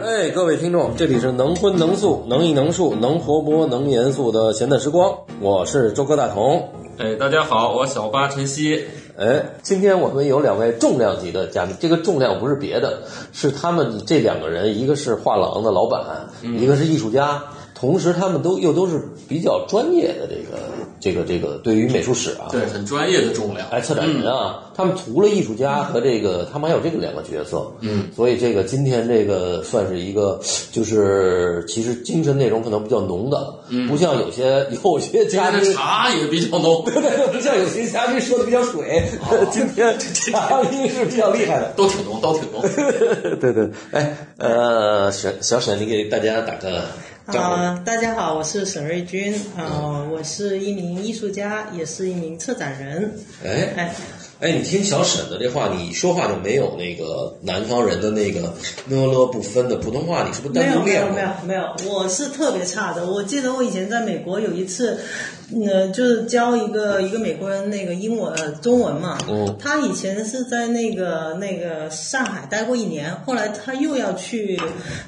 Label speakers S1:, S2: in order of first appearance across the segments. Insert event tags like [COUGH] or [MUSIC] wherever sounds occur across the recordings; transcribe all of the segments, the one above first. S1: 哎各位听众，这里是能荤能素能艺能术能活泼能严肃的闲淡时光，我是周哥大同。
S2: 哎，大家好，我小八晨曦。
S1: 哎，今天我们有两位重量级的嘉宾，这个重量不是别的，是他们这两个人，一个是画廊的老板，一个是艺术家，同时他们都又都是比较专业的这个这个这个对于美术史啊，
S2: 对，很专业的重量。
S1: 哎，策展人啊，他们除了艺术家和这个，他们还有这个两个角色，
S2: 嗯，
S1: 所以这个今天这个算是一个，就是其实精神内容可能比较浓的，嗯，不像有些 [LAUGHS] 有些
S2: 今
S1: 嘉
S2: 天
S1: 宾
S2: 的，茶也比较浓， [LAUGHS]
S1: [LAUGHS] 不像有些嘉宾说的比较水，今天嘉宾是比较厉害的，
S2: 都挺浓，都挺浓。
S1: [LAUGHS] 对对，哎，呃，沈小沈，你给大家打个招呼，
S3: 啊、大家好，我是沈瑞军，啊、我是一名艺术家，也是一名策展人。
S1: 哎。
S3: 哎，
S1: 哎，你听小沈的这话，你说话就没有那个南方人的那个呢了不分的普通话，你是不是
S3: 没
S1: 单
S3: 有
S1: 独
S3: 没
S1: 练
S3: 有
S1: 过？
S3: 没有没有，我是特别差的。我记得我以前在美国有一次，呃，就是教一个一个美国人那个英文、呃、中文嘛。
S1: 嗯
S3: 他以前是在那个那个上海待过一年，后来他又要去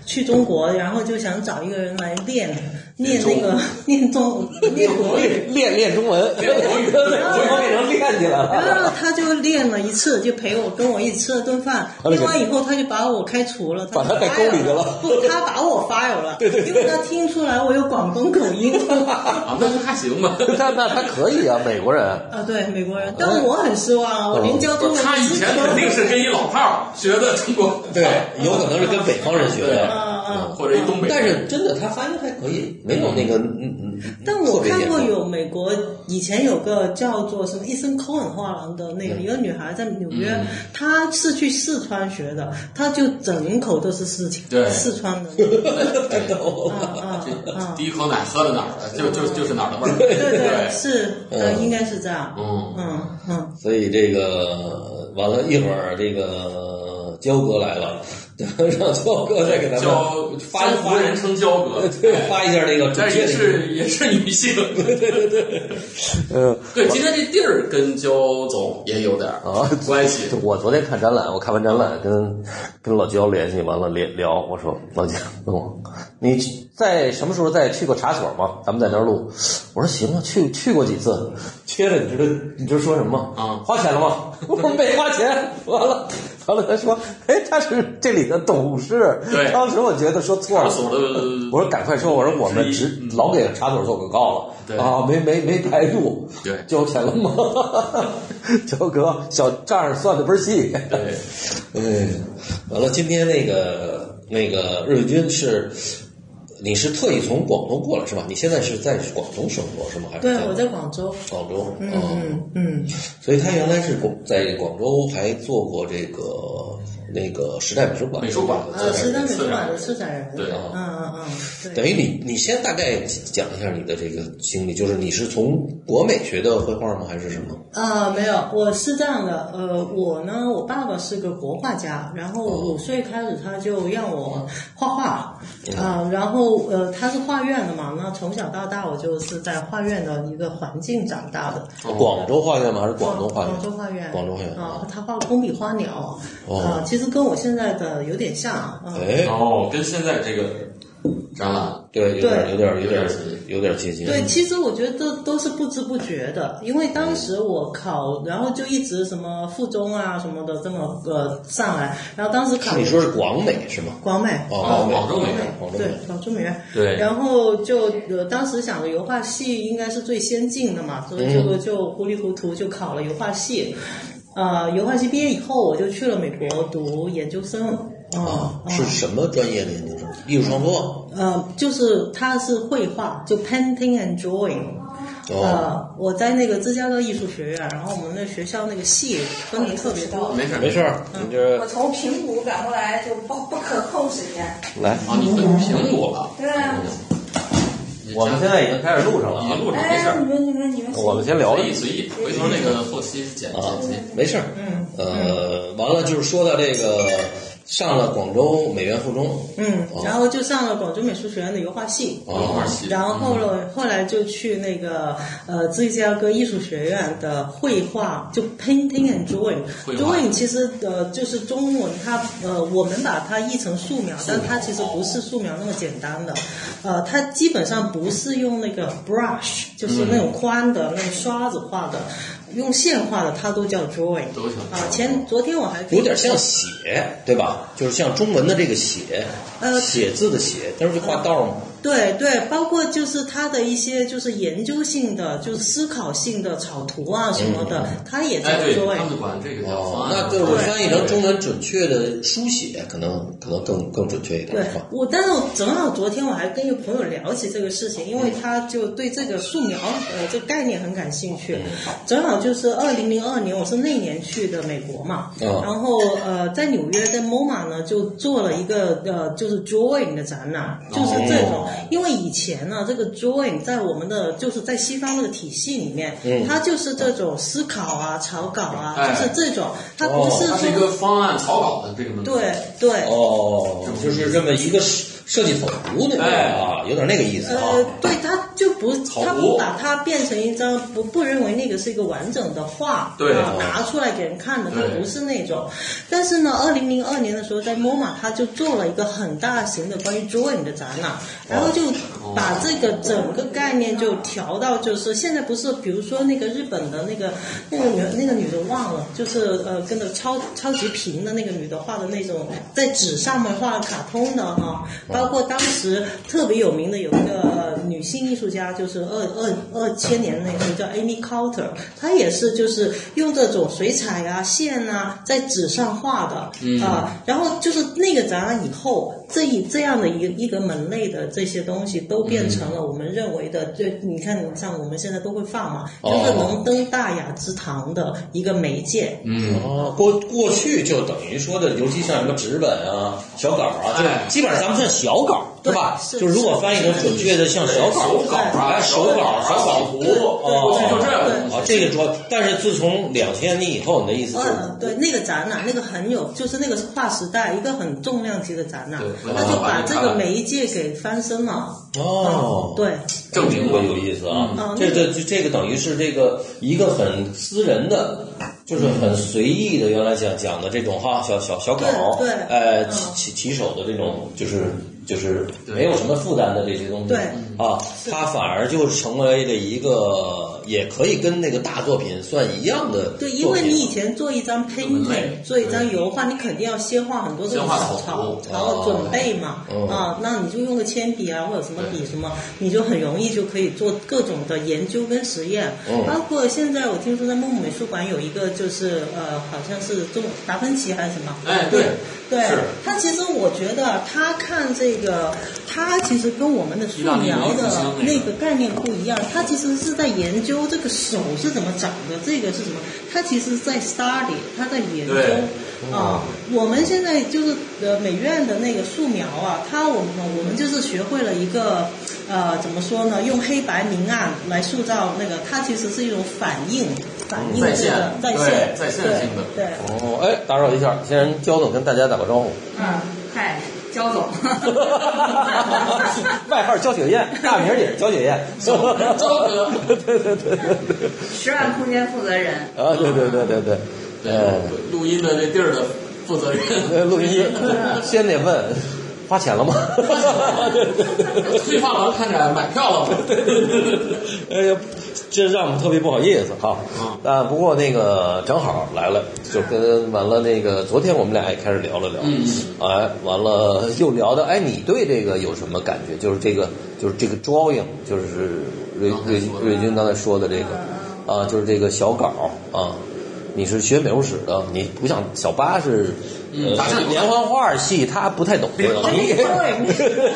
S3: 去中国，然后就想找一个人来练练那个练中练国语。
S1: [LAUGHS] 练练中文，
S2: 练国语
S1: 然后变成练起来
S3: 然
S1: 了，
S3: 后他就练了一次，就陪我跟我一起吃了顿饭。
S1: 那个
S3: 练完以后，他就把我开除了，
S1: 把他带沟里去了
S3: 不，他把我 fire 了，
S1: [LAUGHS] 对对对
S3: 因为他听出来我有广东口音。 [LAUGHS]
S2: 啊，那就还行吧。
S1: 那那他可以啊，美国人。
S3: 啊，对，美国人，但我很失望啊，我连教中文
S2: 他以前肯定是跟一老炮儿学的中国，
S1: 对，有可能是跟北方人学
S2: 对
S1: 的，嗯
S3: 啊啊！
S2: 或者一东北。
S1: 但是真的他发音还可以，没有那个嗯嗯。
S3: 但我看过
S1: 特别严重
S3: 有美国以前有个叫做什么伊森·科恩画廊的那个一个女孩在纽
S1: 嗯
S3: 约，她是去四川学的，她就整口都是四川
S2: 对
S3: 四川
S1: [LAUGHS]
S3: 的那个，
S2: 这
S3: 啊啊啊！
S2: 第一口奶喝的哪儿的，就就就是哪儿的味儿。
S3: 对对
S2: 嗯对，
S3: 是，呃，应该是这样。
S2: 嗯，
S3: 嗯嗯，
S1: 所以这个完了一会儿，这个焦哥来了， [LAUGHS] 让焦哥再给咱们
S2: 交
S1: 发
S2: 中国人称交哥，
S1: 对发一下这个准
S2: 但是
S1: 确
S2: 也
S1: 的。
S2: 是也是女性。
S1: 嗯
S2: 对，今天这地儿跟焦总也有点儿
S1: 啊，
S2: 关系。
S1: 我昨天看展览，我看完展览跟跟老焦联系，完了聊聊，我说老焦，问我你在什么时候再去过茶所吗？咱们在那儿录。我说行啊，去去过几次，缺了你知道你知道说什么吗？
S2: 啊
S1: 花钱了吗？ [LAUGHS] 我没花钱。完了完了，他说哎，他是这里的董事。
S2: 对
S1: 当时我觉得说错
S2: 二
S1: 了。
S2: 所的
S1: 我说赶快说，我说我们
S2: 之一
S1: 只老给茶所做广告
S2: 嗯对
S1: 了啊，没没没白录，
S2: 对
S1: 交钱了吗？ [LAUGHS] 焦哥，小账算的倍儿细。
S2: 对，
S1: [LAUGHS] 哎，完了，今天那个那个日军是，你是特意从广东过来是吧？你现在是在广东生活是吗？还是
S3: 对，我在广州。
S1: 广州，
S3: 嗯
S1: 哦
S3: 嗯嗯，
S1: 所以他原来是广在广州还做过这个那个时代美术馆
S2: 美术馆
S3: 呃，时代美术馆
S1: 啊
S3: 的
S2: 策
S3: 策展人。
S2: 对
S3: 嗯嗯嗯，对。
S1: 等于你，你先大概讲一下你的这个经历，就是你是从国美学的绘画吗？还是什么？
S3: 呃，没有，我是这样的，呃，我呢，我爸爸是个国画家，然后
S1: 哦
S3: 五岁开始他就让我画画，啊、
S1: 嗯
S3: 然后呃，他是画院的嘛，那从小到大我就是在画院的一个环境长大的，
S1: 广州画院吗？还是广东画院？
S3: 广州画院，
S1: 广州画院
S3: 啊、他画工笔花鸟，啊、
S1: 哦
S3: 其实跟我现在的有点像，啊、
S1: 哎，
S2: 哦，跟现在这个展览，
S1: 对，有点，有点，有点
S2: 有点，
S1: 有点接近。嗯
S3: 对，其实我觉得都都是不知不觉的，因为当时我考，然后就一直什么附中啊什么的这么呃上来，然后当时考
S1: 是你说是广美是吗？
S3: 广美，
S1: 哦，
S2: 广州美
S1: 广州美
S3: 对，老中美院。
S2: 对
S3: 然后就呃，当时想着油画系应该是最先进的嘛，所以这
S1: 嗯
S3: 个就糊里糊涂就考了油画系。呃，油画系毕业以后，我就去了美国读研究生。啊
S1: 啊，是什么专业的研究生？艺术创作。
S3: 呃，就是它是绘画，就 painting and drawing。
S1: 哦，
S3: 呃，我在那个芝加哥艺术学院，然后我们那学校那个系分的特别多。
S2: 没事儿
S1: 没事儿，
S3: 嗯
S1: 你这
S4: 我从平谷赶过来就不不可控时间。
S1: 来，
S2: 啊，你分苹果了。
S4: 对啊，
S1: 嗯我们现在已经开始录上了
S2: 已经
S1: 啊。
S2: 录上，没事
S4: 哎，你
S2: 儿，
S4: 们你们你们，
S1: 我们先聊聊
S2: 随意随意，回头那个后期剪
S1: 啊
S2: 剪辑。，
S1: 没事儿。
S3: 嗯，
S1: 呃，完了就是说到这个上了广州美院附中，
S3: 嗯
S1: 哦，
S3: 然后就上了广州美术学院的油画系。
S1: 哦
S2: 文化系，
S3: 然后呢，后来就去那个呃芝加哥艺术学院的绘画，就 painting and drawing。
S2: 绘画
S3: drawing 其实呃就是中文它呃我们把它译成素描，但它其实不是素描那么简单的。呃，它基本上不是用那个 brush，就是那种宽的、那种刷子画的，用线画的，它都叫 drawing。
S2: 都叫
S3: 啊，前昨天我还
S1: 有点像写，对吧？就是像中文的这个写，
S3: 呃
S1: 写字的写，但是就画道嘛。
S3: 对对，包括就是他的一些就是研究性的，就是思考性的草图啊什么的，他也
S2: 哎，
S3: 在
S2: 对
S3: 做。
S2: 他们管这个叫
S1: 哦
S2: 方，
S1: 那
S2: 案，
S1: 对我翻译成中
S2: 文，
S1: 文准确的书写，可能可能更更准确一点
S3: 对
S1: 吧。
S3: 我，但是我正好昨天我还跟一个朋友聊起这个事情，因为他就对这个素描呃这个概念很感兴趣。
S2: 嗯
S3: 正好就是二零零二年，我是那年去的美国嘛，
S1: 嗯
S3: 然后呃在纽约在 MoMA 呢就做了一个呃就是 drawing 的展览，就是这种，
S2: 哦
S3: 因为以前呢这个 drawing 在我们的就是在西方这个体系里面，它就是这种思考啊、草稿啊，
S2: 嗯哎
S3: 就是这种，它
S1: 哦
S3: 不是
S2: 它是一
S3: 说、
S2: 个方案草稿的这个问题。
S3: 对对。
S1: 哦，就是这么一个设设计草图那个
S2: 哎
S1: 啊，有点那个意思啊
S3: 呃。，对，他就不，
S2: 草
S3: 他
S2: 图
S3: 不把它变成一张，不不认为那个是一个完整的画，
S2: 对
S3: 啊
S2: 哦，
S3: 拿出来给人看的，它
S2: 对
S3: 不是那种。但是呢，二零零二年的时候，在 MoMA 他就做了一个很大型的关于 drawing 的展览，然后就把这个整个概念就调到，就是现在不是，比如说那个日本的那个那个女那个女的忘了，就是呃跟着超超级平的那个女的画的那种在纸上面画卡通的哈、包括当时特别有名的有一个呃女性艺术家，就是二二二千年那个时候叫 Amy Carter，她也是就是用这种水彩啊线啊在纸上画的啊、然后就是那个展览以后，这一这样的一个一个门类的这些东西都变成了我们认为的，就你看像我们现在都会放嘛，
S1: 哦
S3: 就是能登大雅之堂的一个媒介。
S2: 嗯，
S1: 哦，过过去就等于说的，尤其像什么纸本啊、小稿啊，就
S2: 哎
S1: 基本上咱们算小稿，对吧？
S3: 是
S1: 就如果
S3: 是
S1: 翻译成准确的，像小稿
S2: 手稿啊，
S1: 哎手稿
S2: 啊，
S1: 手
S2: 草
S1: 稿哦
S2: 图，
S3: 对对
S2: 过去就这
S3: 对
S2: 样。
S1: 啊，这个主要。但是自从两千年以后，你的意思就是
S3: 嗯，对，那个展览，那个很有，就是那个是划时代一个很重量级的展览
S2: 对，
S3: 他就把这个
S2: 嗯
S3: 媒介给翻身了。
S1: 哦
S3: 嗯，对，
S2: 证明
S1: 过
S2: 过
S1: 有意思啊
S3: 嗯！
S1: 这个这这个等于是这个一个很私人的，就是很随意的，原来讲讲的这种哈小小小稿，
S3: 对对
S1: 呃
S3: 嗯
S1: 起起起手的这种，就是就是
S2: 对
S1: 没有什么负担的这些东西，
S3: 对
S1: 啊，它反而就成为了一个也可以跟那个大作品算一样的作品，
S3: 对，因为你以前做一张
S2: 门类
S3: painting，做一张油画，你肯定要先画很多这种
S2: 先画
S3: 小
S2: 草
S3: 草
S2: 图，
S3: 然后准备嘛
S1: 哦，
S3: 啊，那你就用个铅笔啊，或者什么笔什么，你就很容易就可以做各种的研究跟实验
S1: 哦，
S3: 包括现在我听说在梦美术馆有一个就是呃，好像是中达芬奇还是什么，
S2: 哎，对，
S3: 对
S2: 是
S3: 他其实我觉得他看这个，他其实跟我们的素描的那个概念不一样，他其实是在研究这个手是怎么长的，这个是什么，他其实在 study，他在研究
S2: 对。
S3: 啊，我们现在就是呃美院的那个素描啊，它我们我们就是学会了一个呃怎么说呢，用黑白明暗来塑造那个，它其实是一种反应，反
S2: 嗯
S3: 应
S2: 在
S3: 这
S2: 线
S3: 个在
S2: 对
S3: 线
S2: 在线性的
S3: 对对
S1: 哦，哎，打扰一下，先让焦总跟大家打个招呼，
S5: 嗯，嗨，焦总，
S1: [LAUGHS] 外号焦雪燕，大名也是焦雪燕，焦
S2: 哥
S1: 对对对对对。
S5: 十万空间负责人，
S1: 啊，对对对对对，呃，
S2: 对，录音的那地儿的负责人，
S1: 那呃录
S2: [LAUGHS]
S1: 音先得问，花钱了吗？对对
S2: 去发廊看展买票了吗？
S1: 对， [LAUGHS] 哎呀，这让我们特别不好意思哈
S2: 嗯。
S1: 啊，不过那个正好来了，就跟完了那个昨天我们俩也开始聊了聊，
S2: 嗯
S1: 哎，完了又聊的，哎，你对这个有什么感觉？就是这个，就是这个 drawing，就是瑞
S2: 刚才
S1: 瑞
S2: 说的
S1: 瑞军刚才说的这个，啊，就是这个小稿啊。你是学美术史的，你不像小八是，
S2: 嗯
S1: 呃
S2: 他是
S1: 连环画系，他不太懂这个。你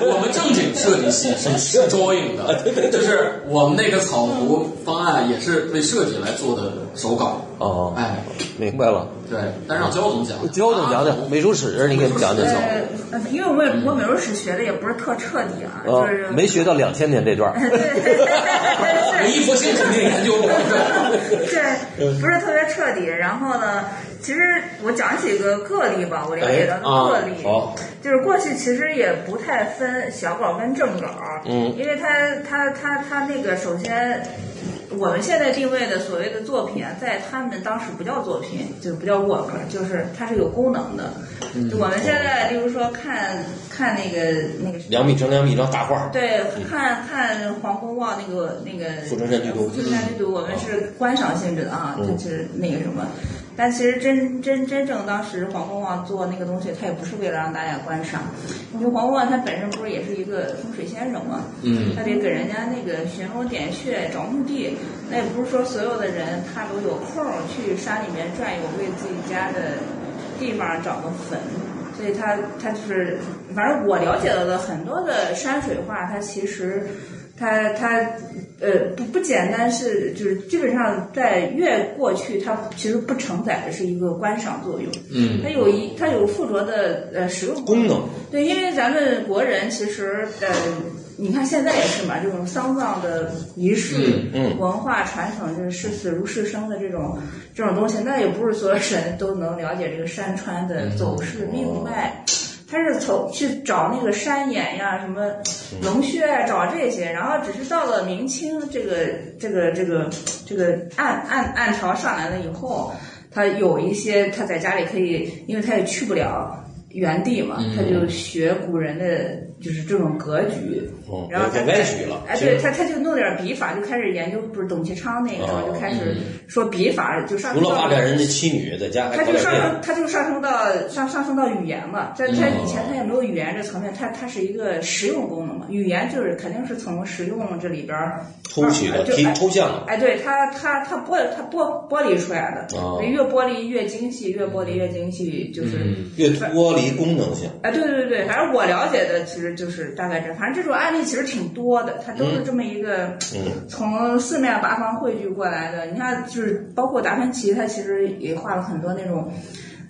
S2: 我们正经设计系是是 drawing 的，就是我们那个草图方案也是为设计来做的手稿。
S1: [LAUGHS] 哦，
S2: 哎，
S1: 明白了。
S2: 对，但是让焦总讲，
S1: 焦总讲讲美术史，你给我们讲讲。
S5: 呃，因为我也我美术史学的也不是特彻底啊，
S1: 啊
S5: 就是，
S1: 没学到两千年这段儿。
S5: 对 [LAUGHS]
S2: 文艺
S5: 对
S2: 复兴肯定研究过。
S5: [LAUGHS] 对，不是特别彻底。然后呢，其实我讲几个个例吧，我了解到的个例。
S1: 哎啊好，
S5: 就是过去其实也不太分小稿跟正稿，嗯，因为它它它它那个首先。我们现在定位的所谓的作品啊，在他们当时不叫作品，就是不叫 work，就是它是有功能的。就我们现在，例如说看看那个那个什么
S1: 两米乘两米一张大画，
S5: 对，看看黄公望那个那个《
S1: 富春山居图
S5: 富春山居图，我们是观赏性质的啊，就是那个什么。但其实真真真正当时黄公望做那个东西，他也不是为了让大家观赏，因为黄公望他本身不是也是一个风水先生嘛，
S2: 嗯
S5: 他得给人家那个寻龙点穴、找墓地，那也不是说所有的人他都有空儿去山里面转悠，为自己家的地方找个坟。所以他他就是，反正我了解到的很多的山水画，它其实它它呃不不简单是就是基本上在越过去，它其实不承载的是一个观赏作用，
S2: 嗯
S5: 它有一它有附着的呃使用
S1: 功能
S5: 对，因为咱们国人其实呃，你看现在也是嘛，这种丧葬的仪式、
S1: 嗯嗯
S5: 文化传承，就是视死如是生的这种这种东西，那也不是所有人都能了解这个山川
S1: 嗯
S5: 的走势命脉。他是从去找那个山眼呀，什么龙穴啊，找这些，然后只是到了明清这个这个这个这个暗暗暗潮上来了以后，他有一些他在家里可以，因为他也去不了原地嘛，
S1: 嗯
S5: 他就学古人的就是这种格局，
S1: 嗯
S5: 然后
S1: 有
S5: 他
S1: 有歪曲了
S5: 哎，
S1: 其实
S5: 对他他就弄点笔法，就开始研究，不是董其昌那个，
S1: 哦
S5: 就开始说笔法，就上
S1: 除了
S5: 到
S1: 发展人家妻女，在家还
S5: 他
S1: 搞
S5: 就
S1: 点
S5: 上
S1: 这
S5: 升
S1: 个，，
S5: 他就上升到上上升到语言嘛。这他以前他也没有语言这层面，他他是一个实用功能嘛。语言就是肯定是从实用这里边儿
S1: 抽取的
S5: 啊就
S1: 提
S5: 哎
S1: 抽象的
S5: 哎，对他他他剥他剥剥离出来的，
S1: 哦
S5: 越剥离越精细，越剥离越精细，就是。
S2: 嗯
S1: 越脱离功能性，
S5: 哎，对对对，反正我了解的其实就是大概这，反正这种案例其实挺多的，它都是这么一个、
S1: 嗯
S5: 从四面八方汇聚过来的。你看，就是包括达芬奇，他其实也画了很多那种。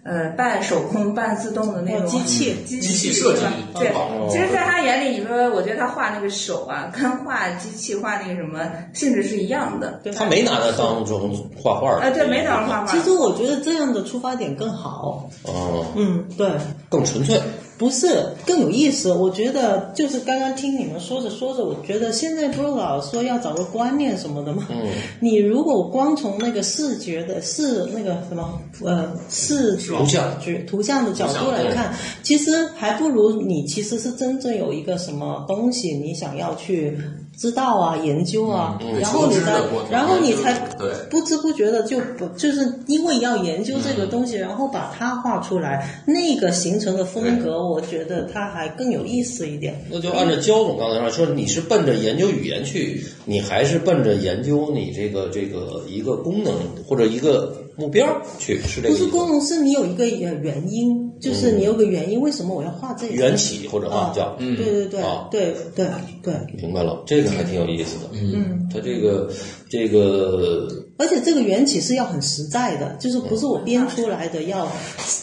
S5: 呃，半手工、半自动的那种
S3: 哦机器
S5: 机
S2: 机器设计
S5: 对吧
S2: 哦
S5: 对，其实，在他眼里，你说，我觉得他画那个手啊，跟画机器、画那个什么性质是一样的。
S3: 对
S1: 他没拿它当成画画的
S5: 哎，对，没找着画画。
S3: 其实我觉得这样的出发点更好。
S1: 哦，
S3: 嗯，对，
S1: 更纯粹，
S3: 不是更有意思。我觉得就是刚刚听你们说着说着，我觉得现在不是老说要找个观念什么的吗？
S1: 嗯，
S3: [LAUGHS] 你如果光从那个视觉的视那个什么呃视觉
S1: 图像
S3: 觉图像的角度来
S2: 嗯
S3: 看，其实还不如你其实是真正有一个什么东西你想要去。知道啊，研究啊，然后你
S2: 嗯求知
S3: 才
S2: 的过，程
S3: 然后你才
S2: 对
S3: 不知不觉的就不就是因为要研究这个
S1: 嗯
S3: 东西，然后把它画出来，那个形成的风格，我觉得它还更有意思一点。
S1: 那就按照焦总刚才说，说你是奔着研究语言去，你还是奔着研究你这个这个一个功能或者一个目标去，是这个
S3: 不
S1: 意
S3: 是
S1: 思
S3: 功
S1: 吗？
S3: 能，是你有一个呃原因，就是你有个原因，为什么我要画这个？
S1: 缘起或者啊
S3: 啊，
S1: 叫，
S3: 对对对
S1: 啊
S3: 对对对，
S1: 明白了，这个还挺有意思的。
S3: 嗯，
S1: 他这个这个
S3: 而且这个缘起是要很实在的，就是不是我编出来的，要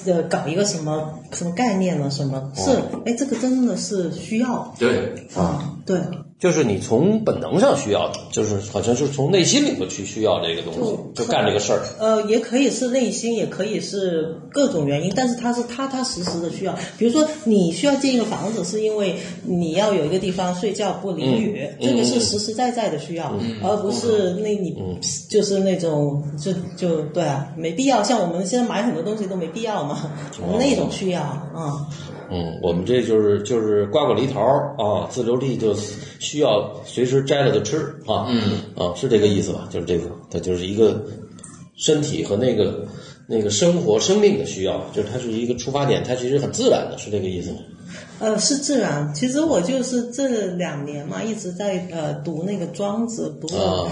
S3: 呃搞一个什么什么概念呢？什么
S1: 哦
S3: 是哎，这个真的是需要
S2: 对，
S3: 啊，对。
S1: 就是你从本能上需要的，就是好像是从内心里头去需要这个东西，就
S3: 就
S1: 干这个事儿。
S3: 呃，也可以是内心，也可以是各种原因，但是它是踏踏实实的需要。比如说，你需要建一个房子，是因为你要有一个地方睡觉不淋雨，
S1: 嗯
S3: 这个
S1: 嗯
S3: 是实实在在的需要，而不是那你、就是那种就就对啊，没必要。像我们现在买很多东西都没必要嘛，
S1: 哦
S3: 那种需要啊、
S1: 嗯，我们这就是就是瓜果梨桃啊，自留地就需要随时摘了就吃啊，
S2: 嗯
S1: 啊，是这个意思吧？就是这个，它就是一个身体和那个那个生活生命的需要，就是它是一个出发点，它其实很自然的，是这个意思吗？
S3: 呃，是自然。其实我就是这两年嘛，一直在呃读那个《庄子》，读了、
S1: 啊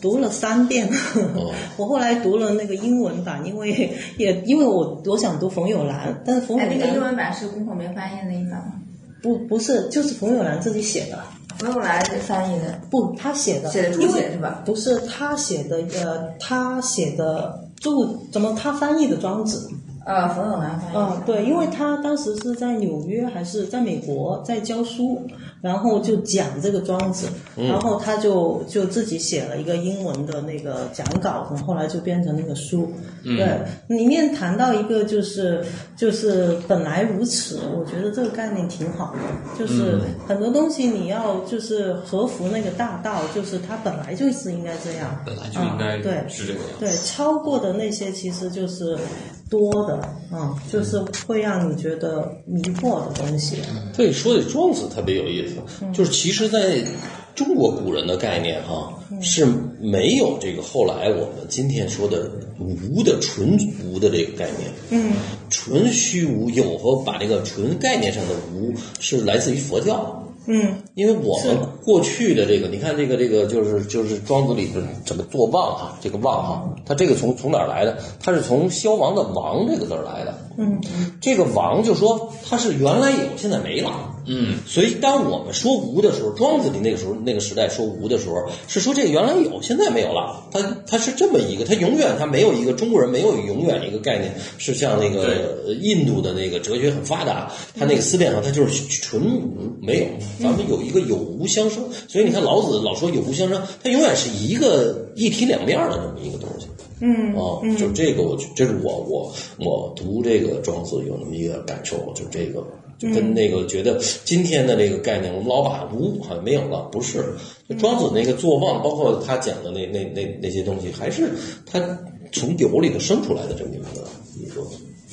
S3: 读了三遍。 [LAUGHS] 我后来读了那个英文版，因为 [LAUGHS] 也因为我我想读冯友兰，但是冯友
S5: 哎，那个英
S3: 兰
S5: 文版是龚口梅翻译的那一版吗？
S3: 不不是就是冯友兰自己写的，
S5: 冯友兰翻译的，
S3: 不他写的，
S5: 写的注
S3: 因为
S5: 解是吧？
S3: 不是他写的，呃，他写的注怎么他翻译的《庄子》
S5: 呃，冯友兰翻译的
S3: 嗯，对，因为他当时是在纽约还是在美国在教书，然后就讲这个庄子，然后他就就自己写了一个英文的那个讲稿，然后后来就变成那个书。对，里面谈到一个就是就是本来如此，我觉得这个概念挺好的，就是很多东西你要就是合服那个大道，就是它本来就是应该这样，
S2: 本来就应该
S3: 嗯对
S2: 是这个样。
S3: 对，超过的那些其实就是多的，嗯，就是会让你觉得迷惑的东西。
S1: 对，说起庄子特别有意思，就是其实在中国古人的概念啊，是没有这个后来我们今天说的无的纯无的这个概念。嗯，纯虚无有和把这个纯概念上的无是来自于佛教。
S3: 嗯，
S1: 因为我们过去的这个，你看这个这个就是就是庄子里边怎么做旺啊，这个旺啊，它这个从从哪儿来的？它是从消亡的亡这个字儿来的。嗯，这个亡就说它是原来有，现在没了。
S2: 嗯，
S1: 所以当我们说无的时候，庄子里那个时候那个时代说无的时候，是说这个原来有，现在没有了。它它是这么一个，它永远它没有一个中国人没有永远一个概念，是像那
S2: 对
S1: 个呃印度的那个哲学很发达，他那个思辨上他就是纯无没
S2: 嗯
S1: 有，咱们有一个有无相生，所以你看老子老说有无相生，它永远是一个一体两面的这么一个东西。嗯
S5: [LAUGHS]
S1: 啊，就这个我，这是我我我读这个庄子有那么一个感受，就这个就跟那个觉得今天的这个概念，我们老把无好像没有了，不是庄子那个坐忘，包括他讲的那那那那些东西，还是他从有里头生出来的这么一个一个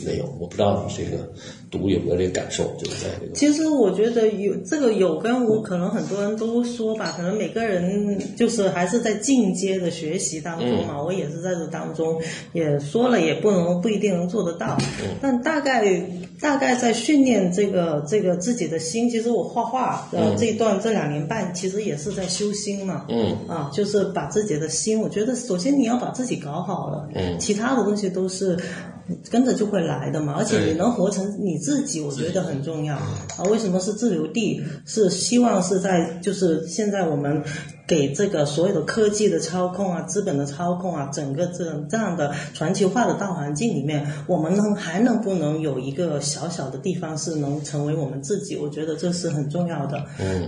S1: 没有，我不知道你这个读有没有这个感受，就是在这个
S3: 其实我觉得有这个有跟无，可能很多人都说吧，可能每个人就是还是在进阶的学习当中嘛。我也是在这当中，也说了也不能不一定能做得到，但大概大概在训练这个这个自己的心。其实我画画呃这一段这两年半，其实也是在修心嘛。
S1: 嗯
S3: 啊，就是把自己的心，我觉得首先你要把自己搞好了，
S1: 嗯
S3: 其他的东西都是跟着就会来的嘛，而且
S2: 对
S3: 你能活成你自己，我觉得很重要啊。为什么是自留地？是希望是在就是现在我们。给这个所有的科技的操控啊、资本的操控啊，整个这这样的全球化的大环境里面，我们能还能不能有一个小小的地方是能成为我们自己？我觉得这是很重要的。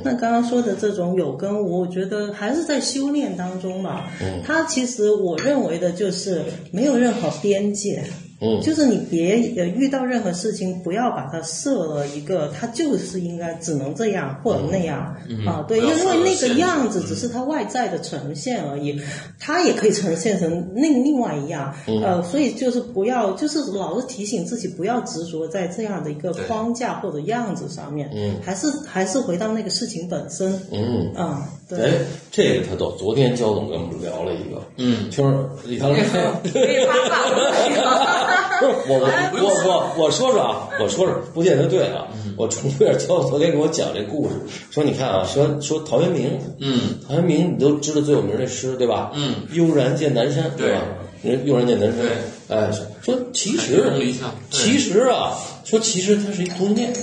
S3: 那刚刚说的这种有跟无，我觉得还是在修炼当中吧。它其实我认为的就是没有任何边界。
S1: 嗯
S3: 就是你别呃遇到任何事情，不要把它设了一个，它就是应该只能这样或者那样、啊。对，因
S2: 不要
S3: 为
S2: 设了
S3: 那个
S2: 限制
S3: 样子只是它外在的呈现而已，它也可以呈现成另另外一样。呃，所以就是不要，就是老是提醒自己不要执着在这样的一个
S2: 对
S3: 框架或者样子上面，
S1: 嗯
S3: 还是还是回到那个事情本身。
S1: 嗯。
S3: 嗯，
S1: 哎
S3: 对，，
S1: 这个他都昨天焦总跟我们聊了一个，
S2: 嗯，
S1: 就是李唐亮，
S5: 被发放
S1: [LAUGHS]
S5: 了。
S1: 不是我我我我我说说啊，我说说不见得对啊，
S2: 嗯
S1: 我重复一下焦总昨天给我讲这故事，说你看啊，说说陶渊明，
S2: 嗯，
S1: 陶渊明你都知道最有名的诗对吧？
S2: 嗯，
S1: 悠然见南山
S2: 对
S1: 吧？人悠然见南山
S2: 对，
S1: 哎，说其
S2: 海
S1: 实
S2: 上离下对
S1: 其实啊，说其实它是一通念，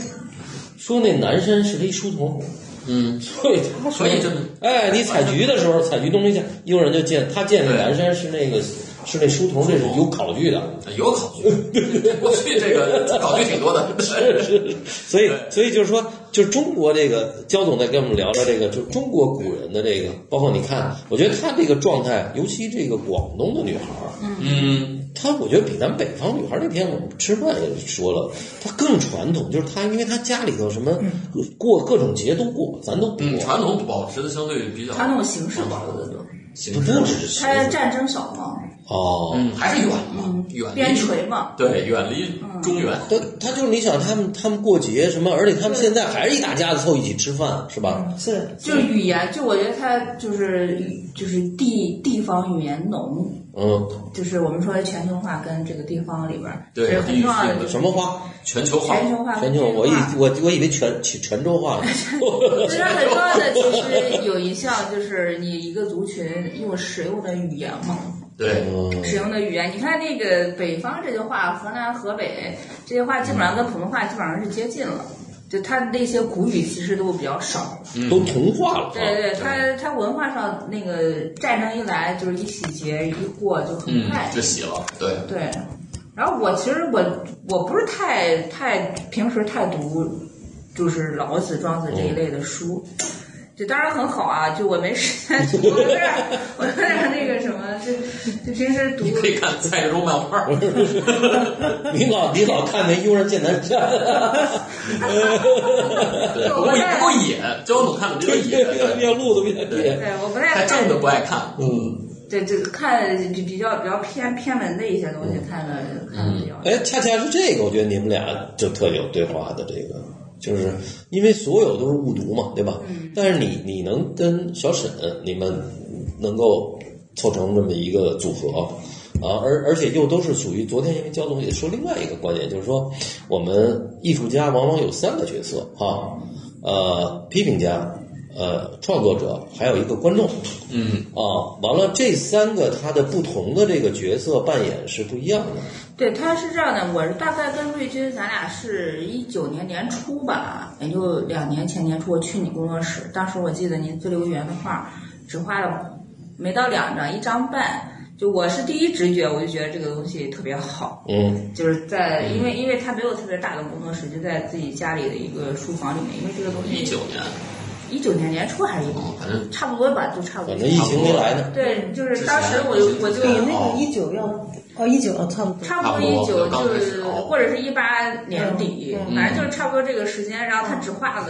S1: 说那南山是他一书童，
S2: 嗯，
S1: 所以他说
S2: 所以就是
S1: 哎，你采菊的时候，采菊东篱下，有人就见他见那南山是那个是那书童，这是有考据的，
S2: 有考据，过去这个考据挺多的，是是
S1: [LAUGHS] 所以所以就是说，就中国这个焦总在跟我们聊聊这个，就中国古人的这个，包括你看，我觉得他这个状态，尤其这个广东的女孩儿，
S2: 嗯，
S1: 她我觉得比咱北方女孩儿那天我们吃饭也说了，她更传统，就是她因为她家里头什么过各种节都过，咱都不
S2: 嗯，
S1: 过，
S2: 传统保持的相对比较
S5: [LAUGHS] 他那种形式保留的多，
S1: 不
S2: 形式
S1: 不只是
S5: 他战争少嘛，
S1: 哦，
S2: 嗯，还是远嘛，远
S5: 边
S2: 离
S5: 陲嘛，嗯
S2: 对，远离中原，
S1: 他他就是你想他们他们过节什么，而且他们现在还是一大家子凑一起吃饭，是吧？
S3: 是
S5: 就是语言，就我觉得他就是就是地地方语言浓，
S1: 嗯，
S5: 就是我们说的全球化跟这个地方里边儿
S2: 对
S5: 是很重要
S2: 地域
S5: 的，
S2: 性的
S5: 就是
S1: 什么话？
S2: 全球化，
S5: 全球化跟
S1: 全
S5: 地
S1: 球，
S5: 域化，
S1: 我以我我以为泉泉泉州话呢。
S5: 其实很重要的其实有一项就是你一个族群用使用的语言嘛，
S2: 对，
S1: 嗯
S5: 使用的语言。你看那个北方这句话，河南、河北这些话，基本上跟普通话基本上是接近了。就它那些古语其实都比较少，
S2: 嗯
S1: 都同化了啊。
S5: 对对，它它文化上那个战争一来就是一洗劫一过就很
S2: 嗯
S5: 快，，
S2: 就洗了，对，
S5: 对，然后我其实我我不是太太平时太读，就是老子、庄子这一类的书，就当然很好啊，就我没时间读，我有点我有点那个什么，就就平时读
S2: 你可以看蔡州漫
S5: [LAUGHS]
S2: 画，
S1: 你老你老看那《悠然见南山》
S2: 不过
S5: 就我不
S2: 也不
S5: 太
S2: 过野，焦总看的比
S1: [LAUGHS]
S2: 较野，对
S1: 要录的比较
S5: 对我不太
S2: 他
S5: 看
S2: 正的不爱看。
S1: 嗯，
S5: 对，这个看比比较比较偏偏门的一些东西看的看的比较。
S1: 哎，恰恰是这个，我觉得你们俩就特有对话的这个，就是因为所有都是误读嘛，对吧？但是你你能跟小沈你们能够凑成这么一个组合。啊，而而且又都是属于昨天，因为焦总也说另外一个观点，就是说我们艺术家往往有三个角色啊，呃，批评家、呃，创作者，还有一个观众。
S2: 嗯，
S1: 啊，完了，这三个他的不同的这个角色扮演是不一样的。
S5: 对，他是这样的，我是大概跟瑞军，咱俩是一九年年初吧，也就两年前年初，我去你工作室，当时我记得您最留园的画，只画了没到两张，一张半。就我是第一直觉，我就觉得这个东西特别好，
S1: 嗯
S5: 就是在因为因为他没有特别大的工作室，就在自己家里的一个书房里面，因为这个东
S2: 一
S5: 西
S2: 九年，
S5: 一九年年初还是一
S2: 哦，反正
S5: 差不多吧，就差不多。
S1: 反正疫情没来呢。
S5: 对，就是当时我就我就
S2: 嗯
S3: 比那个一九要哦一九要差不多。
S5: 差不多一九
S2: 差不多
S5: 就是
S2: 刚开始
S5: 或者是一八年底，
S3: 嗯
S5: 反正就是差不多这个时间。然后他只画了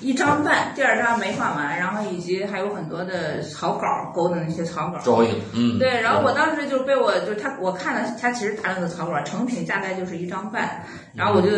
S5: 一张
S3: 嗯
S5: 半，第二张没画完，然后以及还有很多的草稿勾的那些草稿。
S2: 招应，嗯，
S5: 对，然后我当时就被我就是他，我看了他其实大量的草稿，成品大概就是一张半，然后我就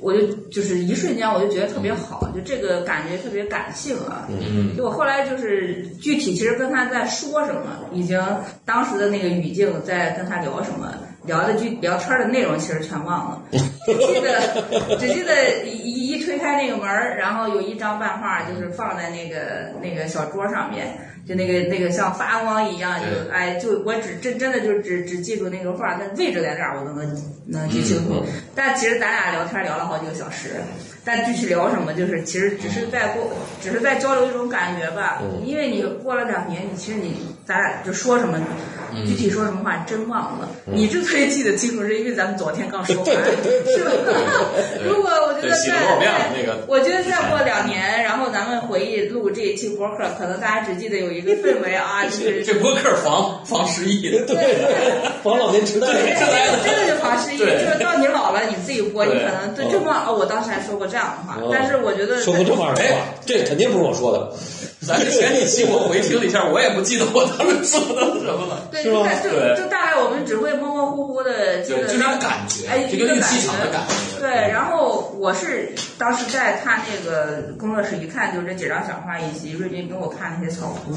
S5: 我就就是一瞬间我就觉得特别好，就这个感觉特别感性啊，
S2: 嗯，
S5: 就我后来就是具体其实跟他在说什么，已经当时的那个语境在跟他聊什么，聊的具聊天的内容其实全
S2: [LAUGHS]
S5: 忘了，只记得只记得一一一推开那个门儿，然后有一张漫画就是放在那个那个小桌上面。就那个那个像发光一样，就
S2: 对
S5: 哎，就我只真真的就只只记住那个画，但位置在哪儿我都能能记清
S2: 嗯
S5: 楚。但其实咱俩聊天聊了好几个小时，但具体聊什么，就是其实只是在
S2: 嗯
S5: 过，只是在交流一种感觉吧。因为你过了两年，你其实你咱俩就说什么，
S2: 嗯
S5: 具体说什么话真忘了。你之所以记得清楚，是因为咱们昨天刚说完，是吧？ [LAUGHS] 如果我觉得
S2: 对洗了多少
S5: 在
S2: 遍了
S5: 在
S2: 那个
S5: [LAUGHS] 我觉得再过两年，然后咱们回忆录这一期播客，可能大家只记得有一个氛围
S2: [LAUGHS]
S5: 啊，就是
S2: 这播客防防失忆，
S1: [LAUGHS] 对，防老年痴呆。
S5: 对，真的就防失忆，就
S2: 对
S5: 是到你老了你自己播，你
S2: 对
S5: 可能对就忘了。哦我当时还说过这样的话
S1: 哦，
S5: 但是我觉得
S1: 说过这么二的话
S2: 哎，
S1: 这肯定不是我说的。
S2: 咱这前几期我回听了一下，我也不记得我当时说的什么了。
S5: 对，
S1: 是
S5: 就
S1: 吗
S5: 看就
S2: 对
S5: 就大概我们只会模模糊糊的记
S2: 对，
S5: 得，
S2: 就那感觉
S5: 哎，，
S2: 这
S5: 一个
S2: 个
S5: 感
S2: 运
S5: 觉
S2: 气场的感觉。
S5: 对，然后我是当时在他那个工作室一看，就这几张小画以及瑞军给我看那些草图，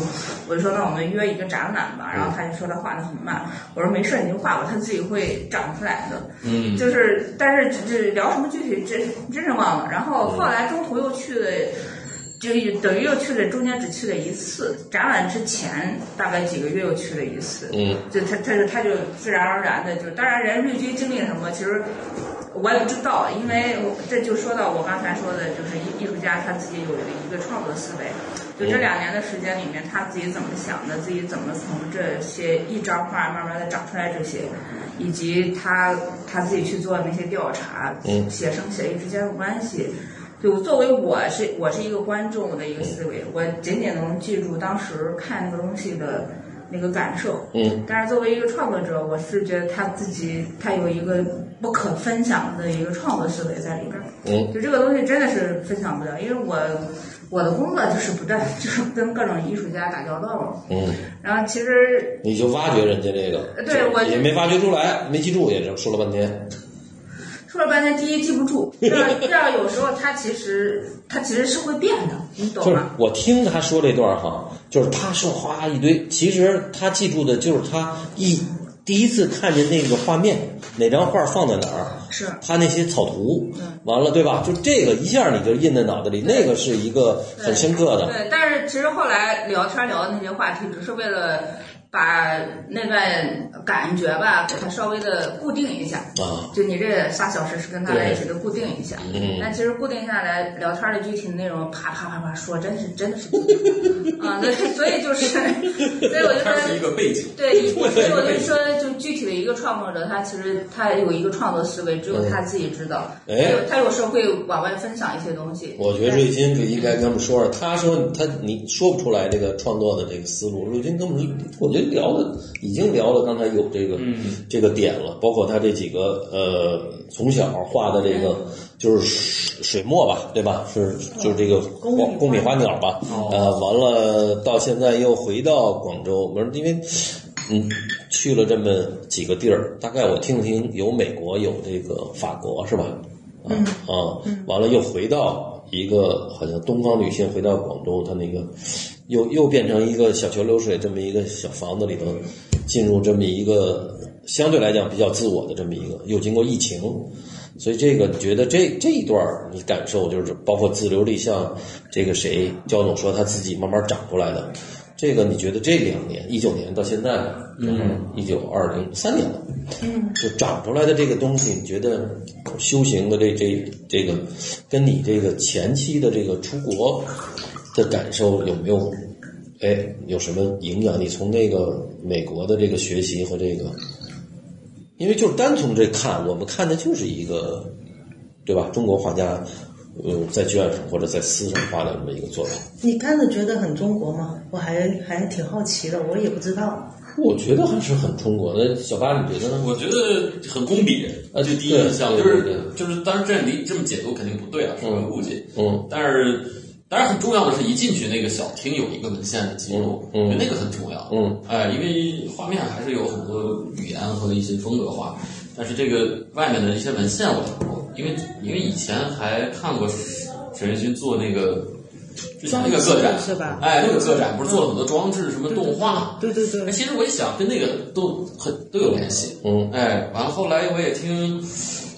S5: 我就说那我们约一个展览吧。然后他就说他画的很慢，我说没事，你就画吧，他自己会长出来的。
S2: 嗯，
S5: 就是，但是这聊什么具体真真是忘了。然后后来中途又去了，就等于又去了，中间只去了一次。展览之前大概几个月又去了一次。
S1: 嗯，
S5: 就他他就他就自然而然的就，当然人瑞军经历了什么，其实我也不知道，因为我这就说到我刚才说的，就是艺艺术家他自己有一个创作思维。就这两年的时间里面，他自己怎么想的，自己怎么从这些一张画慢慢的长出来这些，以及他他自己去做那些调查，
S1: 嗯
S5: 写生写意之间的关系。就作为我是我是一个观众的一个思维，我仅仅能记住当时看那个东西的那个感受，
S1: 嗯
S5: 但是作为一个创作者，我是觉得他自己他有一个不可分享的一个创作思维在里边儿。
S1: 嗯
S5: 就这个东西真的是分享不了，因为我我的工作就是不断就是跟各种艺术家打交道。
S1: 嗯，
S5: 然后其实
S1: 你就挖掘人家这个，
S5: 呃对我
S1: 也没挖掘出来，没记住，也是说了半天。
S5: 说了半天，第一记不住，第二第二有时候他其实他其实是会变的，你懂
S1: 就是
S5: 吗？
S1: 我听他说这段哈，就是他说哗一堆，其实他记住的就是他一第一次看见那个画面，哪张画放在哪儿，
S5: 是嗯
S1: 他那些草图，完了对吧？就这个一下你就印在脑子里，那个是一个很深刻的，
S5: 对，但是其实后来聊天聊的那些话题，只是为了把那段感觉吧，给它稍微的固定一下。
S1: 啊，
S5: 就你这仨小时是跟他在一起的固定一下，
S1: 嗯
S5: 但其实固定下来聊天的具体内容，啪啪啪啪说，真是真的是 [LAUGHS] 啊，那所以就是，所以我就
S2: 它是一
S5: 说，
S2: 个背景。
S5: 对，所以我就说，就具体的一个创作者，他其实他有一个创作思维，只有他自己知道。
S1: 哎
S5: 他有他有时候会往外分享一些东西。
S1: 我觉得瑞金就应该跟我们说说，他说他你说不出来这个创作的这个思路，瑞金跟我们，我觉得聊的已经聊了，刚才有这个、这个点了，包括他这几个呃从小画的这个就是水水墨吧，对吧？是就是这个
S3: 宫里
S1: 花宫里花鸟吧，呃，完了到现在又回到广州，我说因为嗯，去了这么几个地儿，大概我听了听，有美国，有这个法国，是吧？啊、啊，完了又回到一个好像东方女性回到广州，她那个又又变成一个小桥流水这么一个小房子里头，进入这么一个相对来讲比较自我的这么一个，又经过疫情，所以这个你觉得这这一段儿你感受就是包括自留力像这个谁焦总说他自己慢慢长出来的，这个你觉得这两年一九年到现在，嗯，一九二零三年了，嗯，就长出来的这个东西，你觉得修行的这这这个跟你这个前期的这个出国的感受有没有？哎，有什么影响？你从那个美国的这个学习和这个因为就是单从这看，我们看的就是一个，对吧？中国画家，呃，在卷上或者在丝上画的这么一个作品，
S3: 你看着觉得很中国吗？我还还挺好奇的，我也不知道。
S1: 我觉得还是很中国的。小八，你觉得呢？
S2: 我觉得很公比，
S1: 啊
S2: 这第一印象
S1: 对
S2: 就
S1: 对
S2: 是
S1: 对
S2: 就是，当然这理这么解读肯定不对啊，是个误解。
S1: 嗯，
S2: 但是当然很重要的是，一进去那个小厅有一个文献的记录，
S1: 嗯嗯
S2: 我觉得那个很重要。
S1: 嗯，
S2: 哎，因为画面还是有很多语言和一些风格化，但是这个外面的一些文献我，我因为因为以前还看过沈瑞军做那个。之前那个个展
S3: 装置是吧
S2: 哎，那个个展不是做了很多装置，什么动画？
S3: 对对对
S2: 哎，其实我一想，跟那个都很都有联系。
S1: 嗯
S2: 哎，完了后来我也听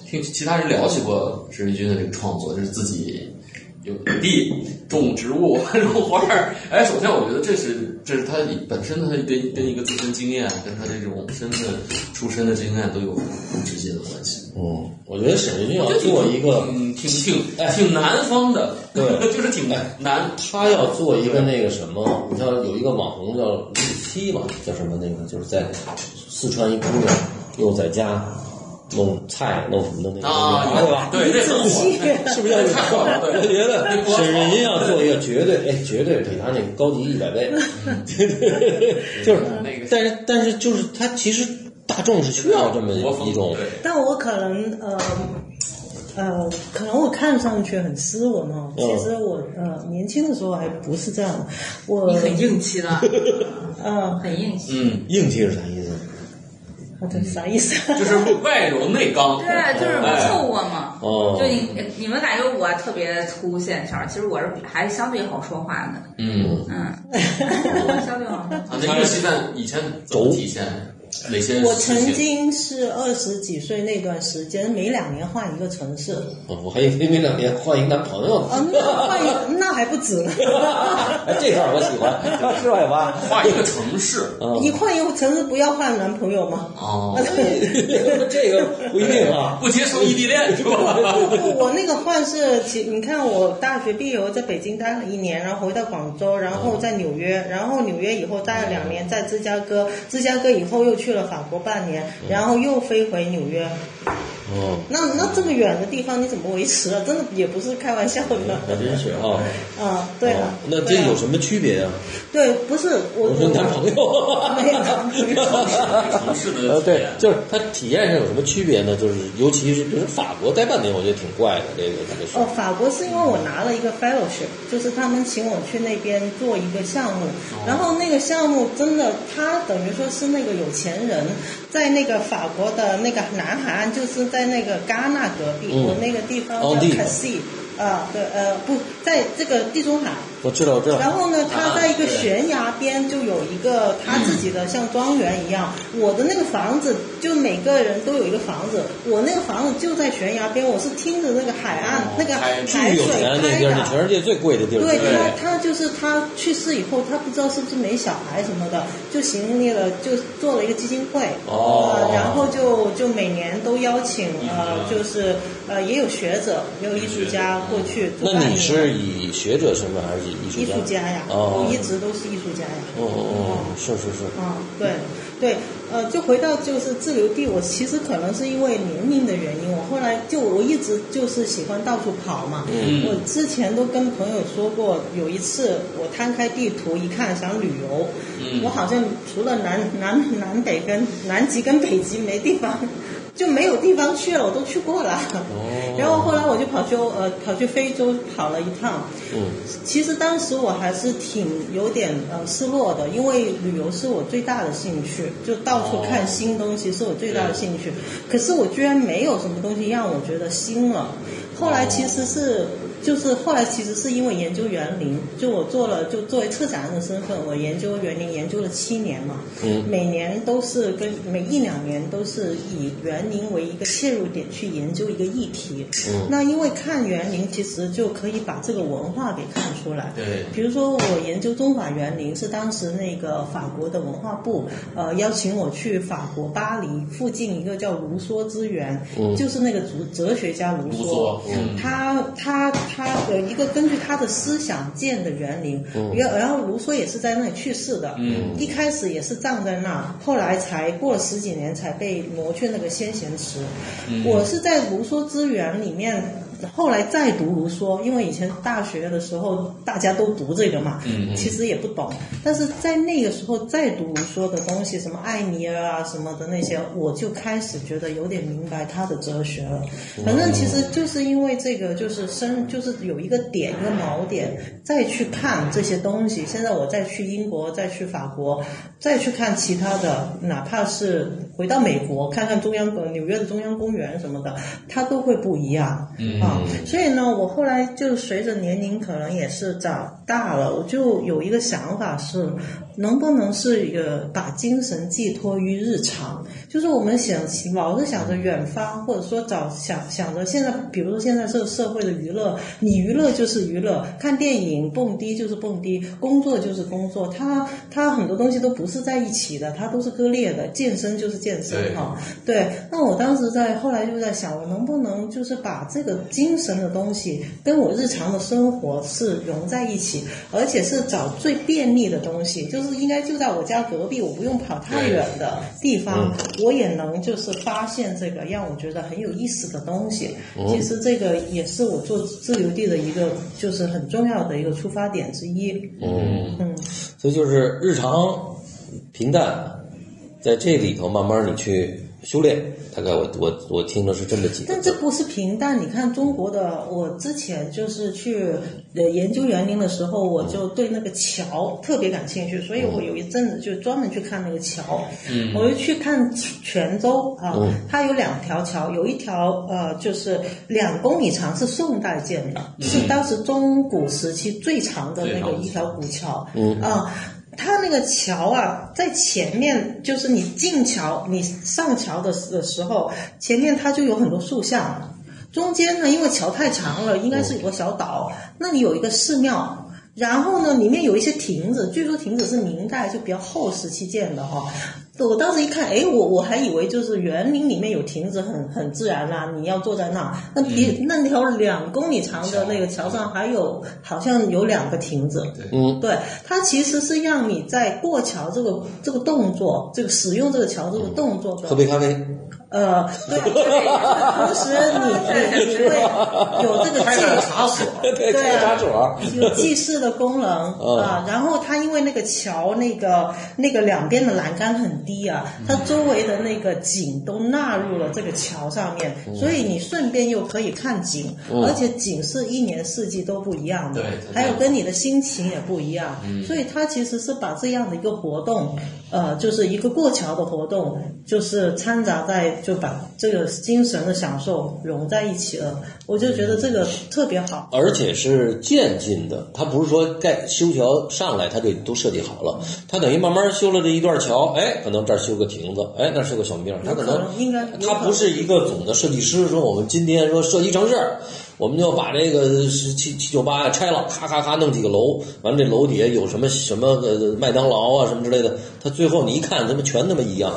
S2: 听其他人聊起过石云君的这个创作，就是自己有地种植物、 [LAUGHS] 种花儿。哎，首先我觉得这是这是他本身他跟跟一个自身经验，跟他这种身份出身的经验都有很直接的关系。
S1: 嗯，我觉得沈瑞军要做一个，
S2: 嗯，挺挺
S1: 哎
S2: 挺南方的，
S1: 对
S2: [LAUGHS] 就是挺南。
S1: 他要做一个那个什么，你像有一个网红叫李七吧，叫什么那个，就是在四川一姑娘又在家弄菜弄什么的那个，
S2: 啊，
S1: 对吧？
S2: 对，这很火，
S1: 是不是要有创意？
S2: 对
S1: 我觉得沈瑞金要做一个绝对，哎，绝对比他那个高级一百
S2: [LAUGHS]
S1: 倍。就是
S2: 那个
S1: 但是但是就是他其实大众是需要这么
S2: 国风
S1: 一种，
S2: 对
S3: 但我可能呃呃，可能我看上去很斯文哦，
S1: 嗯
S3: 其实我呃年轻的时候还不是这样的，我
S5: 你很硬气的，
S3: 呃，
S5: 很硬气。
S2: 嗯。
S1: 硬气是啥意思？
S3: 好的，啥意思？
S2: 就是外柔内刚。
S5: 对，啊就是
S2: 哎
S5: 凑合嘛。
S1: 哦
S5: 就你你们感觉我特别粗线条，其实我是还相对好说话的，
S2: 嗯，
S5: 嗯， [LAUGHS] 我相对好说话。
S2: 啊，那个现在以前怎么体现哪些事情？
S3: [LAUGHS] 我曾经是二十几岁那段时间，每两年换一个城市，
S1: 哦我还以为没两年换一个男朋友。
S3: 啊，那换一那还不止呢。
S1: 哎， [LAUGHS] 这段我喜
S3: [LAUGHS]
S1: 欢，是吧，小八？
S2: 画一个城市
S1: 嗯
S3: 你 [LAUGHS] 换一个城市，不要换男朋友吗？
S2: 哦，
S1: 这个不一定啊。
S2: 不接受异地恋是吧？
S3: 不我那个换是，其你看我大学毕业后在北京待了一年，然后回到广州，然后在纽约，然后纽约以后待了两年，在芝加哥，芝加哥以后又去了法国半年，
S1: 嗯
S3: 然后又飞回纽约。
S1: 哦，
S3: 那那这么远的地方你怎么维持啊？真的也不是开玩笑的。
S1: 还真是啊。
S3: 啊，对
S1: 哦
S3: 啊。
S1: 那这
S3: 对啊
S1: 有什么区别啊？
S3: 对，啊不是我
S1: 我说男朋
S3: [LAUGHS] 没有男朋友
S1: 友。
S2: 城市的
S1: 呃，
S2: 体
S1: 对
S2: 验，
S1: 就是它体验上有什么区别呢？就是尤其是比如法国待半年，我觉得挺怪的，这个这个事
S3: 哦，。法国是因为我拿了一个 fellowship，就是他们请我去那边做一个项目，
S1: 哦
S3: 然后那个项目真的，他等于说是那个有钱人在那个法国的那个南海岸，就是在那个戛纳隔壁，
S1: 嗯
S3: 我那个地方
S1: 奥
S3: 叫
S1: 地利
S3: c a s i 啊，对，呃，不，在这个地中海，
S1: 我知道，我知道。
S3: 然后呢，他在一
S2: 对
S3: 个悬崖边就有一个他自己的像庄园一样。我的那个房子，就每个人都有一个房子，我那个房子就在悬崖边，我是听着那个海岸、
S2: 哦
S3: 那个
S2: 海
S3: 海
S1: 巨
S2: 巨
S3: 水
S1: 有钱哎那
S3: 拍
S1: 地儿是
S3: 的。
S1: 全世界最贵的地儿。
S3: 对
S2: 对
S3: 他，他就是他去世以后，他不知道是不是没小孩什么的，就行立了，就做了一个基金会，
S1: 哦
S3: 呃然后就就每年都邀请呃
S2: 嗯，
S3: 就是呃也有学者，也有艺术家过去。
S1: 那
S3: 做半
S1: 你
S3: 年
S1: 是以学者身份还是以艺术
S3: 艺术家呀，
S1: 哦
S3: 我一直都是艺术家呀。
S1: 哦哦哦，是是是。
S3: 嗯，对，对，呃，就回到就是自留地，我其实可能是因为年龄的原因，我后来就我一直就是喜欢到处跑嘛。
S2: 嗯
S3: 我之前都跟朋友说过，有一次我摊开地图一看，想旅游，
S2: 嗯
S3: 我好像除了南南南北跟南极跟北极没地方， [LAUGHS] 就没有地方去了，我都去过了。
S1: 哦
S3: 然后后来我就跑去欧呃跑去非洲跑了一趟，
S1: 嗯
S3: 其实当时我还是挺有点呃失落的，因为旅游是我最大的兴趣，就到处看新东西是我最大的兴趣。可是我居然没有什么东西让我觉得新了。后来其实是就是后来其实是因为研究园林，就我做了就作为策展人的身份，我研究园林研究了七年嘛，
S1: 嗯
S3: 每年都是跟每一两年都是以园林为一个切入点去研究一个议题。
S1: 嗯
S3: 那因为看园林，其实就可以把这个文化给看出来。
S2: 对，
S3: 比如说，我研究中法园林是当时那个法国的文化部，呃，邀请我去法国巴黎附近一个叫卢梭之园，
S1: 嗯
S3: 就是那个哲哲学家卢
S2: 卢
S3: 梭
S2: 梭，嗯
S3: 他他他有一个根据他的思想建的园林，然、然后卢梭也是在那里去世的，
S2: 嗯
S3: 一开始也是葬在那，后来才过了十几年才被挪去那个先贤祠。
S2: 嗯
S3: 我是在卢梭之园里面，后来再读卢梭，因为以前大学的时候大家都读这个嘛，
S2: 嗯嗯
S3: 其实也不懂，但是在那个时候再读卢梭的东西，什么艾米尔啊什么的那些，我就开始觉得有点明白他的哲学了。反正其实就是因为这个，就是生，就是有一个点一个锚点，再去看这些东西。现在我再去英国，再去法国，再去看其他的，哪怕是回到美国看看中央呃纽约的中央公园什么的，它都会不一样。
S2: 嗯
S3: 啊，所以呢，我后来就随着年龄可能也是长大了，我就有一个想法是，能不能是一个把精神寄托于日常？就是我们想老是想着远方，或者说找想想着现在，比如说现在这个社会的娱乐，你娱乐就是娱乐，看电影、蹦迪就是蹦迪，工作就是工作，它它很多东西都不是在一起的，它都是割裂的。健身就是健身
S2: 对
S3: 哈、对，那我当时在后来就在想，我能不能就是把这个精神的东西跟我日常的生活是融在一起，而且是找最便利的东西，就是应该就在我家隔壁，我不用跑太远的地方，我也能就是发现这个让我觉得很有意思的东西。其实这个也是我做自留地的一个就是很重要的一个出发点之一。
S1: 嗯，
S3: 嗯，
S1: 所以就是日常平淡，在这里头慢慢你去修炼。大概我我我听的是这么几个
S3: 但这
S1: 字。
S3: 不是平淡。你看中国的，我之前就是去呃研究园林的时候，我就对那个桥特别感兴趣，所以我有一阵子就专门去看那个桥。
S2: 嗯
S3: 我就去看泉州啊
S1: 嗯，
S3: 它有两条桥，有一条呃就是两公里长，是宋代建的，
S1: 嗯
S3: 是当时中古时期最长的那个一条古桥。
S1: 嗯
S3: 啊。它那个桥啊，在前面就是你进桥、你上桥的时的时候，前面它就有很多树像，中间呢，因为桥太长了，应该是有个小岛，那里有一个寺庙。然后呢，里面有一些亭子，据说亭子是明代就比较后时期建的哈、我当时一看，哎，我我还以为就是园林里面有亭子很很自然啦、你要坐在那。那别、那条两公里长的那个桥上还有好像有两个亭子，
S1: 嗯
S3: 对，它其实是让你在过桥这个这个动作，这个使用这个桥这个动作的
S1: 喝杯咖啡，
S3: 呃，对， [LAUGHS] 同时你你你会有这个
S2: 开
S3: 记
S2: 了茶所，
S1: 对
S3: 对啊
S1: 茶所，
S3: 有记事的功能
S2: [LAUGHS]
S1: 嗯
S3: 啊，然后它因为那个桥那个那个两边的栏杆很低啊，
S2: 嗯
S3: 它周围的那个景都纳入了这个桥上面，
S2: 嗯
S3: 所以你顺便又可以看景，
S1: 嗯
S3: 而且景是一年四季都不一样的
S2: 对，嗯
S3: 还有跟你的心情也不一样，所以它其实是把这样的一个活动，呃，就是一个过桥的活动，就是掺杂在就把这个精神的享受融在一起了，我就觉得这个特别好。
S1: 而且是渐进的，它不是说盖修桥上来，它就都设计好了，它等于慢慢修了这一段桥，哎，可能这儿修个亭子，哎，那儿修个小庙，它
S3: 有可
S1: 能
S3: 能应该有
S1: 它
S3: 可
S1: 不
S3: 能
S1: 是一个总的设计师说我们今天说设计城市，我们就把这个是七七九八拆了，咔咔咔弄几个楼，完了这楼底下有什么什么呃麦当劳啊什么之类的，它最后你一看，他妈全他妈一样，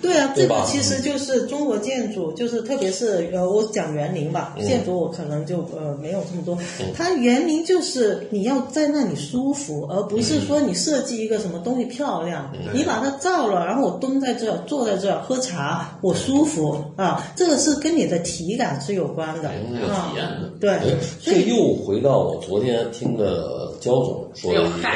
S3: 对啊，
S1: 对
S3: 这
S1: 吧
S3: 个其实就是中国建筑，就是特别是呃，我讲园林吧，
S1: 嗯
S3: 建筑我可能就呃没有这么多。它园林就是你要在那里舒服，而不是说你设计一个什么东西漂亮，
S1: 嗯
S3: 你把它造了，然后我蹲在这儿，坐在这儿喝茶，我舒服啊，这个是跟你的体感是有关的
S2: 人是有体
S3: 啊。
S2: 验的。
S3: 对，
S1: 嗯哎，这又回到我昨天听的焦总说的一个，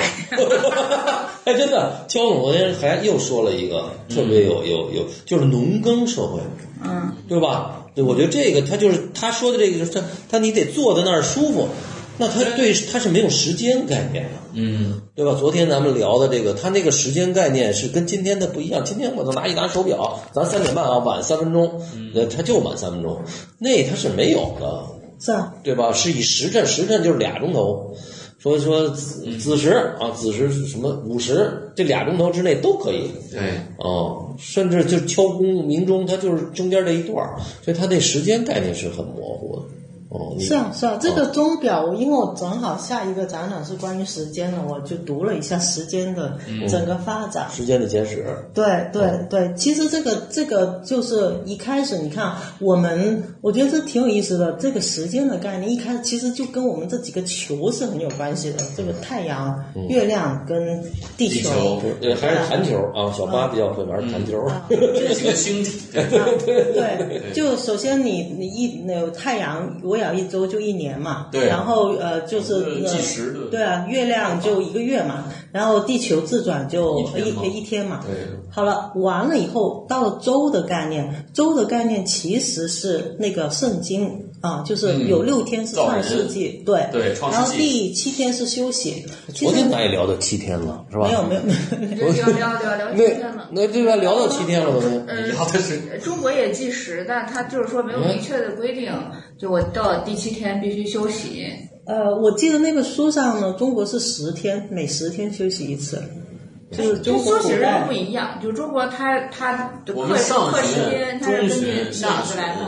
S1: [LAUGHS] 哎，真的，焦总昨天还又说了一个特别有有有，就是农耕社会，
S5: 嗯，
S1: 对吧？对，我觉得这个他就是他说的这个，就是他他你得坐在那儿舒服，那他对他是没有时间概念的。
S2: 嗯，
S1: 对吧？昨天咱们聊的这个，他那个时间概念是跟今天的不一样。今天我就拿一拿手表，咱三点半啊，晚三分钟，呃，他就晚三分钟，那他是没有的。
S3: 是啊，
S1: 对吧？是以时辰，时辰就是俩钟头。说说子子时啊，子时是什么午时，这俩钟头之内都可以
S2: 对，
S1: 哦，甚至就是敲钟、鸣钟，它就是中间这一段儿，所以它这时间概念是很模糊的。哦，你
S3: 是啊，是啊，这个钟表，因为我正好下一个展览是关于时间的，我就读了一下时间的
S1: 嗯
S3: 整个发展。
S1: 时间的简史，
S3: 对
S2: 嗯
S3: 对对，其实这个这个就是一开始你看我们，我觉得这挺有意思的，这个时间的概念一开始其实就跟我们这几个球是很有关系的，这个太阳、月亮跟
S2: 嗯
S3: 地
S2: 地
S3: 球。
S2: 球
S1: 呃，还是弹球啊，小
S3: 嗯
S1: 八比较会玩弹球。
S3: 啊
S1: [LAUGHS]
S2: 这是个星体， [LAUGHS]
S3: 对，就首先你你一那有太阳，我养一周就一年嘛，
S2: 对
S3: 然后呃就是
S2: 呃
S3: 呃
S2: 计时的嗯
S3: 对啊，月亮就一个月嘛，然后地球自转就
S2: 一天嘛
S3: 一一天嘛，
S2: 对，
S3: 好了，完了以后，到了周的概念，周的概念其实是那个圣经啊，就是有六天是
S2: 造
S3: 创
S2: 人
S3: 世纪，对
S2: 对创世纪
S3: 然后第七天是休息。其
S1: 昨
S3: 实
S1: 天咱也聊到七天了，是吧？
S3: 没有没有没
S5: 聊聊聊聊今天
S1: 那
S5: 了。
S1: 那这边聊到七天了，昨天。
S5: 呃，
S2: 然后它是
S5: 中国也计时，但它就是说没有明确的规定，就我到了第七天必须休息。
S3: 呃，我记得那个书上呢，中国是十天，每十天休息一次，就是
S5: 就
S3: 中国
S5: 休息
S3: 古
S5: 日
S3: 代
S5: 不一样，就中国它它的
S2: 我
S5: 课
S2: 们上
S5: 课时
S2: 学
S5: 间、它是
S2: 中
S5: 根据
S2: 学、
S5: 年
S2: 下
S5: 子
S2: 学，
S5: 来的。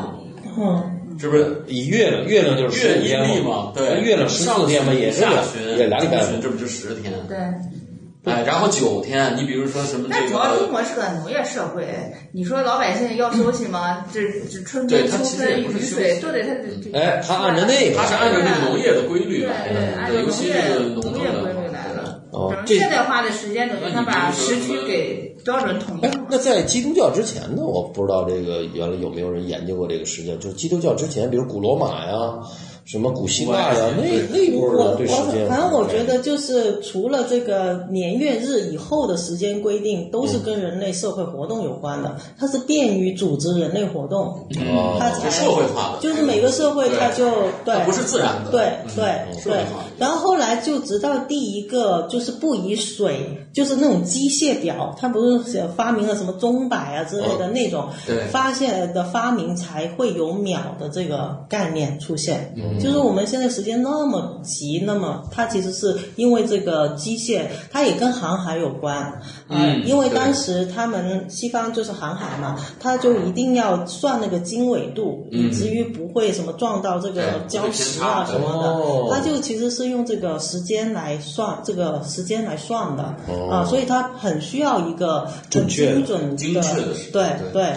S3: 嗯，
S2: 是不是？
S1: 以月亮，月亮就是
S2: 月
S1: 十天
S2: 历嘛，对，
S1: 月亮十四天嘛，也是
S2: 下
S1: 两
S2: 旬
S1: 也俩礼拜
S2: 中旬这不就十天？
S5: 对，
S2: 哎，然后九天，你比如说什么
S5: 但
S2: 这
S5: 主要中
S2: 个，
S5: 国是个农业社会，你说老百姓要休息吗？这这春耕
S2: 对、它
S5: 秋
S2: 其实也
S5: 分、
S2: 不是
S5: 雨
S2: 休息
S5: 水，都得它得。
S1: 哎他按照那个
S2: 它是按照这个农业的规律
S5: 对
S2: 来
S5: 对，按
S2: 的，
S5: 照
S2: 对尤
S5: 农
S2: 其
S5: 业
S2: 这个
S5: 农
S2: 耕
S5: 业
S2: 的
S5: 规律来的。
S1: 哦
S5: 整个
S1: 这
S5: 现代化的时间等于它把时区给标准统一
S1: 哎
S5: 了
S2: [LAUGHS]
S5: 嘛。，
S1: 那在基督教之前呢？我不知道这个原来有没有人研究过这个时间，就是基督教之前，比如古罗马呀，什么古希腊呀，
S2: 古
S1: 那
S2: 埃及
S1: 那波
S3: 我
S1: 人对时
S3: 我
S1: 间，
S3: 反正我觉得就是除了这个年月日以后的时间规定，都是跟人类社会活动有关的，它是便于组织人类活动，
S1: 哦
S3: 它
S2: 这
S3: 才
S2: 社会化的，
S3: 就是每个社会它就对
S2: 它不是自然的，哦
S3: 对对
S2: 嗯社会
S3: 对
S2: 化，
S3: 然后后来就直到第一个就是不以水，就是那种机械表，它不是发明了什么钟摆啊之类的那种
S2: 哦对，
S3: 发现的发明才会有秒的这个概念出现。
S2: 嗯
S3: 就是我们现在时间那么急，那么它其实是因为这个机械，它也跟航海有关。呃
S2: 嗯
S3: 因为
S2: 对
S3: 当时他们西方就是航海嘛，他就一定要算那个经纬度，
S2: 嗯
S3: 以至于不会什么撞到这个
S2: 对
S3: 礁石啊
S2: 这个偏差
S3: 什么的。
S1: 哦
S3: 它就其实是用这个时间来算，这个时间来算的啊、
S1: 哦
S3: 所以它很需要一个
S1: 准
S3: 很
S1: 确的哦
S3: 精准
S2: 精
S3: 的
S2: 确的时间
S3: 对
S2: 对
S3: 对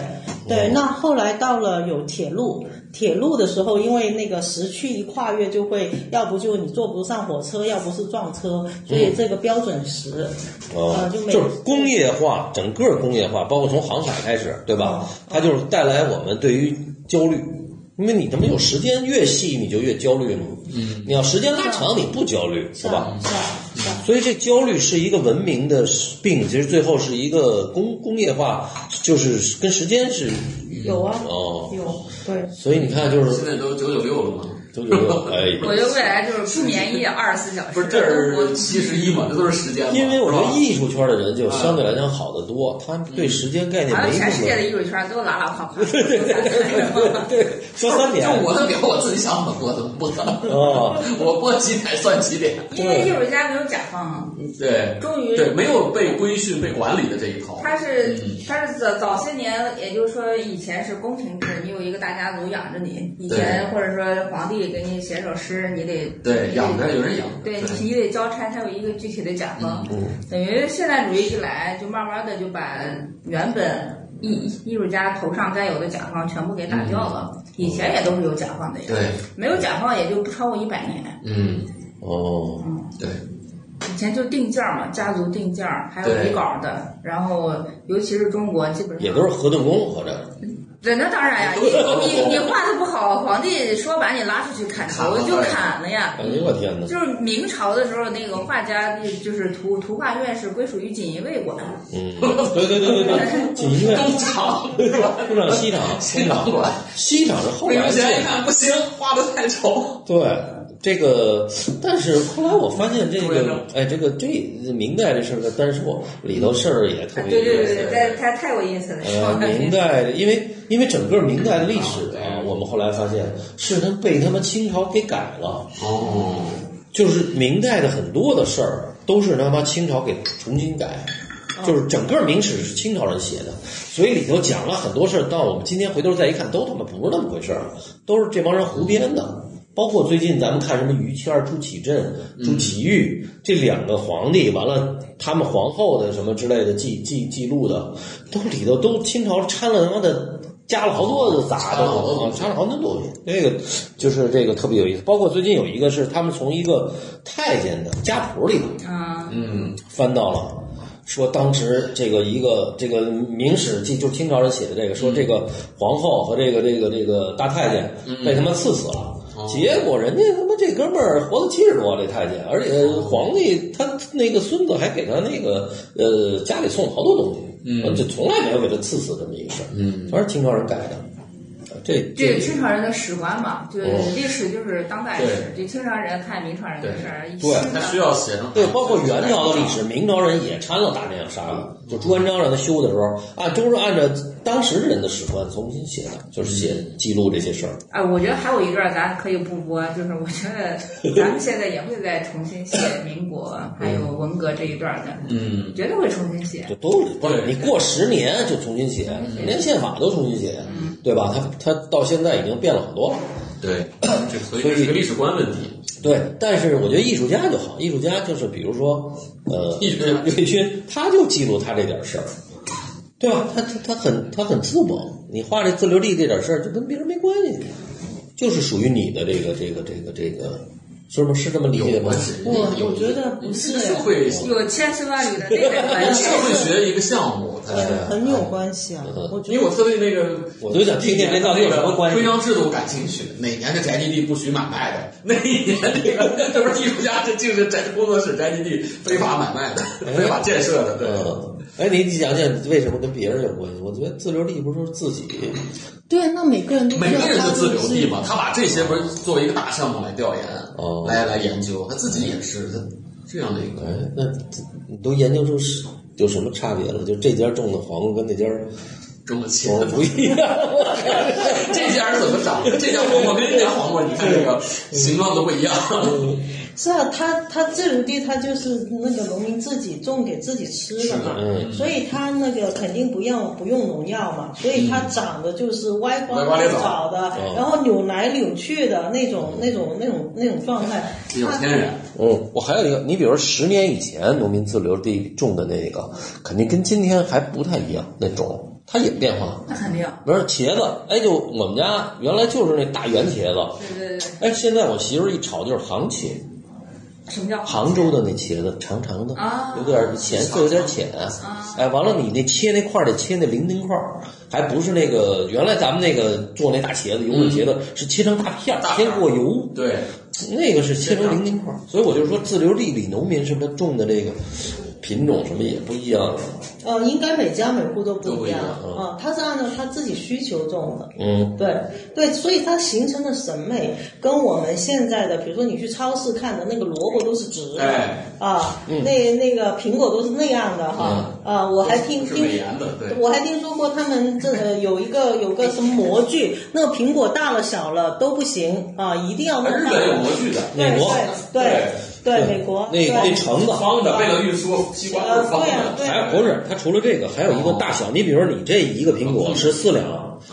S3: 对。那后来到了有铁路，铁路的时候，因为那个时区一跨越，就会要不就你坐不上火车，要不是撞车，所以这个标准时，
S1: 嗯哦
S3: 呃，就每
S1: 就是工业化，整个工业化，包括从航海开始，对吧？
S3: 嗯
S1: 它就是带来我们对于焦虑，因为你他妈有时间越细，你就越焦虑嘛。嗯，你要时间拉长，你不焦虑，是
S3: 是啊
S1: 吧
S3: 吧？？是吧？是吧？
S1: 所以这焦虑是一个文明的病，其实最后是一个工工业化，就是跟时间是
S2: 嗯
S3: 有啊，
S1: 哦。
S3: 有对。
S1: 所以你看，就是
S2: 现在都九九六了嘛，
S1: 九九六，哎，
S5: 我觉得未来就是不
S2: [LAUGHS]
S5: 眠夜，二十四小时。
S2: 不是这是七十一嘛，这都是时间嘛，
S1: 因为我觉
S2: 是吧
S1: 得艺术圈的人就相对来讲好得多，他对时间概念
S5: 好像
S1: 没
S5: 全世界的
S1: 那
S5: 艺术圈都拉拉垮
S2: [LAUGHS]
S5: 垮。
S1: 么对，说三点
S2: 就我的表我自己想怎么播怎么播，
S1: 哦，
S2: [LAUGHS] 我播几点算几点，
S5: 因为艺术家没有甲方，啊
S2: 对，
S5: 终于
S2: 对没嗯有被规训、被管理的这一套，
S5: 他是他是早早些年，也就是说以前是宫廷制，你有一个大家族养着你，以前或者说皇帝给你写首诗，你得
S2: 对
S5: 你得
S2: 养着有人养，
S5: 对，你你得交差，它有一个具体的甲方。等于现代主义一来，就慢慢的就把原本艺艺术家头上该有的甲方全部给打掉了。以前也都是有甲方的呀，
S2: 对，
S5: 没有甲方也就不超过一百年。
S2: 嗯，
S1: 哦，
S2: 对，
S5: 以前就定件儿嘛，家族定件儿，还有
S2: 对
S5: 底稿的，然后尤其是中国，基本上
S1: 也都是合同工，好像
S5: 对，那当然呀，你你你画的不好，皇帝说把你拉出去砍
S2: 砍
S5: 头
S2: 了
S5: 就砍了呀。
S1: 哎呦我天哪，
S5: 就是明朝的时候，那个画家就是图图画院是归属于锦衣卫管，
S1: 嗯，对对对对对，锦衣卫
S2: 东厂
S1: 东厂西厂，
S2: 新郎管，
S1: 西厂是后
S2: 魏
S1: 来
S2: 如
S1: 建
S2: 贤
S1: 啊的
S2: 一看不行，画的太丑，
S1: 对，这个，但是后来我发现这
S2: 朱元
S1: 个
S2: 璋，
S1: 哎，这个这明代这事儿，但是我里头事儿也特
S5: 对
S1: 别有意思。
S5: 对对对，但他太有意思了，
S1: 呃，明代的，因为因为整个明代的历史啊，我们后来发现是他被他们清朝给改了，
S2: 哦，
S1: 就是明代的很多的事儿都是他妈清朝给重新改，就是整个明史是清朝人写的，所以里头讲了很多事儿，到我们今天回头再一看，都他妈不是那么回事儿，都是这帮人胡编的。包括最近咱们看什么于谦儿、朱祁镇、朱祁钰、这两个皇帝，完了他们皇后的什么之类的记记记录的，都里头都清朝掺了他妈的加了好多的杂
S2: 加了好多
S1: 的，
S2: 东
S1: 啊
S2: 西
S1: 加了好多东西。这个就是这个特别有意思。包括最近有一个是他们从一个太监的家谱里头
S5: 啊，
S2: 嗯，
S1: 翻到了，说当时这个一个这个明史记，就是清朝人写的这个，说这个皇后和这个这个这个大太监被他妈赐死了。结果人家他妈这哥们儿活了七十多，这太监，而且呃皇帝他那个孙子还给他那个呃家里送了好多东西，嗯，就从来没有给他赐死这么一个事儿，
S2: 嗯，
S1: 全是清朝人改的，呃这
S5: 这个清朝人的史观嘛，就是
S1: 哦
S5: 历史就是当代史，这清朝人看明朝人的事儿，一
S1: 对
S5: 新
S2: 他
S5: 的
S2: 需要写成
S1: 对，包括元朝的历史，明朝人也掺了大量沙子。就朱元璋让他修的时候，按都是按照当时人的史观重新写的，就是写
S2: 嗯
S1: 记录这些事儿。
S5: 啊，我觉得还有一段咱可以不播，就是我觉得咱们现在也会再重新写民国还有文革这一段的，
S2: 嗯，
S5: 绝对会重新写。
S1: 就都不是
S2: 对嗯
S1: 你过十年就重新写，连宪法都重新写，对吧？他他到现在已经变了很多了。
S2: 对，这所以这是个历史观问题，
S1: 对，但是我觉得艺术家就好，艺术家就是比如说，呃，
S2: 艺术家
S1: 岳军，他就记录他这点事儿，对吧？他他他很他很自保，你画这自留地这点事儿就跟别人没关系，就是属于你的这个这个这个这个，是吗？是这么理解
S2: 有
S1: 吗
S2: 关？系。
S3: 我我觉得不是哎
S2: 这个社会
S5: 有千丝万缕的那个
S2: 跟
S5: 关
S2: 社
S5: 系，
S2: 会学一个项目，它是
S3: 很有关系啊
S1: 嗯，
S3: 我觉
S2: 因为
S3: 得
S2: 我特对那个，
S1: 我就想听听这到底有什么关系
S2: 规章制度感兴趣，哪年是宅基地不许买卖的？ [LAUGHS] 那一年这个这不是艺术家，这竟是宅工作室宅基地非法买卖的、非法建设的，对。
S1: 哎嗯，哎，你你讲讲为什么跟别人有关系？我觉得自留地不是自己，
S3: 对，那每个人都
S2: 每个人
S3: 是
S2: 是自留地嘛，他把这些不是作为一个大项目来调研，
S1: 哦
S2: 来来研究，他自己也是他这样的一个。
S1: 哎，那你都研究出是有什么差别了？就这家种的黄瓜跟那家儿
S2: 中了气
S1: 种的不一样。
S2: 这家是怎么长？这家黄瓜跟这家黄瓜，你看这
S3: 嗯
S2: 个形状都不一样。
S3: 是啊，他他自留地，他就是那个农民自己种给自己吃的嘛，
S1: 嗯
S3: 所以他那个肯定不用不用农药嘛，所以它长得就是歪
S2: 嗯
S3: 瓜
S2: 歪瓜
S3: 裂
S2: 裂哦
S3: 枣的，
S1: 嗯
S3: 然后扭来扭去的那种那种那种那种状态。
S2: 有
S3: 它
S2: 天然，
S1: 嗯，我还有一个，你比如说十年以前农民自留地种的那个，肯定跟今天还不太一样，那种它也变化。
S5: 那肯定。
S1: 比如说茄子，哎，就我们家原来就是那大圆茄子，
S5: 对对对，
S1: 哎，现在我媳妇儿一炒就是杭茄，
S5: 什么叫
S1: 杭州的那茄子长长的，
S5: 啊
S1: 有点浅，色有点浅。
S2: 啊
S1: 哎，完了你那切那块儿得切那零丁块儿，还不是那个原来咱们那个做那大茄子油焖茄子是切成大片儿，
S2: 嗯大片
S1: 先
S2: 儿
S1: 过油，
S2: 对，
S1: 那个是切成零丁块儿，所以我就说自留地里农民是不是种的这个品种什么也不一样？
S3: 呃，应该每家每户都
S2: 都
S3: 不
S2: 不
S3: 一
S2: 一
S3: 样
S2: 样嗯
S3: 啊，他是按照他自己需求种的。
S1: 嗯，
S3: 对对，所以它形成的审美跟我们现在的，比如说你去超市看的那个萝卜都是直的，
S2: 哎
S3: 啊，那那个苹果都是那样的哈，啊，我还听
S2: 是
S3: 听
S2: 美颜的，对。
S3: 我还听说过他们这个有一个有个什么模具，那个苹果大了小了都不行啊，一定要那
S2: 日
S3: 么大
S2: 本有
S3: 的。
S2: 模具的，
S3: 对
S1: 美国
S3: 对对对，美国
S1: 那那
S3: 对
S1: 橙子。
S2: 方的为了运输，西瓜都是方
S3: 呃对
S2: 的。
S3: 啊
S1: 还不是，它除了这个，还有
S2: 哦
S1: 一个大小。你比如说，你这一个苹果是四两，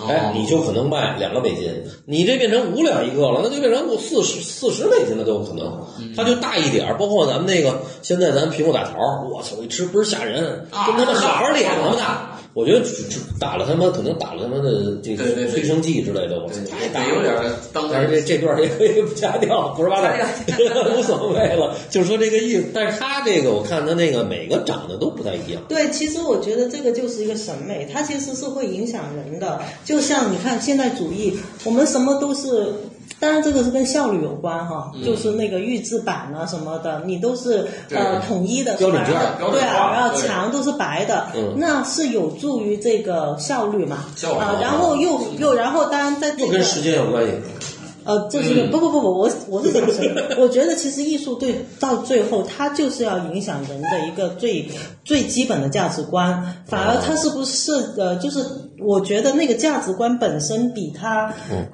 S1: 哎，你就可能卖两个美金。你这变成五两一个了，那就变成四十四十美金了，都有可能。
S2: 嗯
S1: 它就大一点儿，包括咱们
S2: 啊
S1: 那个现在咱们苹果大桃儿，我操，一吃倍儿吓人，跟他们小孩儿脸那么大。我觉得只只打了他妈，肯定打了他妈的这
S2: 对对
S1: 个
S2: 对
S1: 催生剂之类的，
S3: 哎
S1: 我操，太打
S2: 对，
S1: 了
S2: 也有点儿当
S3: 嗯
S1: 但是
S2: 时
S1: 这这段儿也可以掐掉，胡说八道， [LAUGHS] 无所谓了，就是说这个意思。但是他这个，我看他那个每个长得都不太一样，
S3: 对，其实我觉得这个就是一个审美，它其实是会影响人的。就像你看现代主义，我们什么都是，当然这个是跟效率有关哈，就是那个预制版啊什么的，你都是
S2: 对
S3: 呃统一的
S1: 标准
S3: 是吧
S1: 件儿
S2: 标准
S3: 对啊，
S2: 化
S3: 然后
S2: 对
S3: 墙都是白的，
S1: 嗯
S3: 那是有助于这个效率嘛？
S2: 效率
S3: 啊，然后又又然后当然在这
S1: 又
S3: 个
S1: 跟时间有关系。
S3: 呃，这是一个
S2: 嗯
S3: 不不不不，我我是怎么想的？ [LAUGHS] 我觉得其实艺术对到最后，它就是要影响人的一个最最基本的价值观。反而它是不是呃，就是我觉得那个价值观本身比它、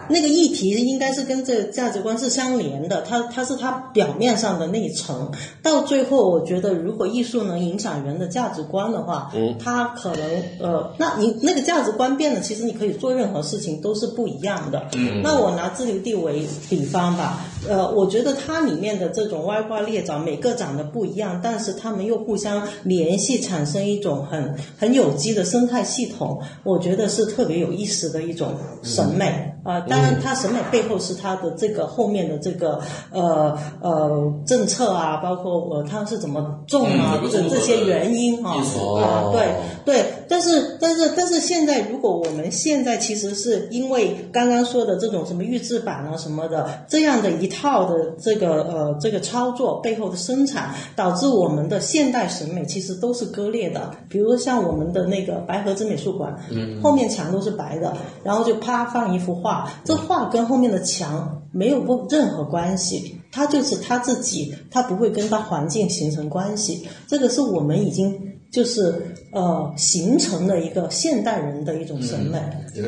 S3: 那个议题应该是跟这个价值观是相连的，它它是它表面上的那一层。到最后，我觉得如果艺术能影响人的价值观的话，
S1: 嗯
S3: 它可能呃，那你那个价值观变了，其实你可以做任何事情都是不一样的。
S2: 嗯
S3: 那我拿自留地为比方吧，呃，我觉得它里面的这种歪瓜裂枣，每个长得不一样，但是它们又互相联系，产生一种很很有机的生态系统，我觉得是特别有意思的一种审美。啊、当然，它审美背后是它的这个后面的这个呃呃政策啊，包括呃它是怎么种啊，
S2: 嗯有个
S3: 这
S2: 综合
S3: 这
S2: 的
S3: 些原因啊
S2: 因素
S3: 啊，对
S1: 哦
S3: 对，但是但是但是现在，如果我们现在其实是因为刚刚说的这种什么预制版啊什么的这样的一套的这个呃这个操作背后的生产，导致我们的现代审美其实都是割裂的。比如像我们的那个白河之美术馆，嗯，后面墙都是白的，然后就啪放一幅画，这画跟后面的墙没有不任何关系。它就是它自己，它不会跟它环境形成关系。这个是我们已经就是呃形成了一个现代人的一种审美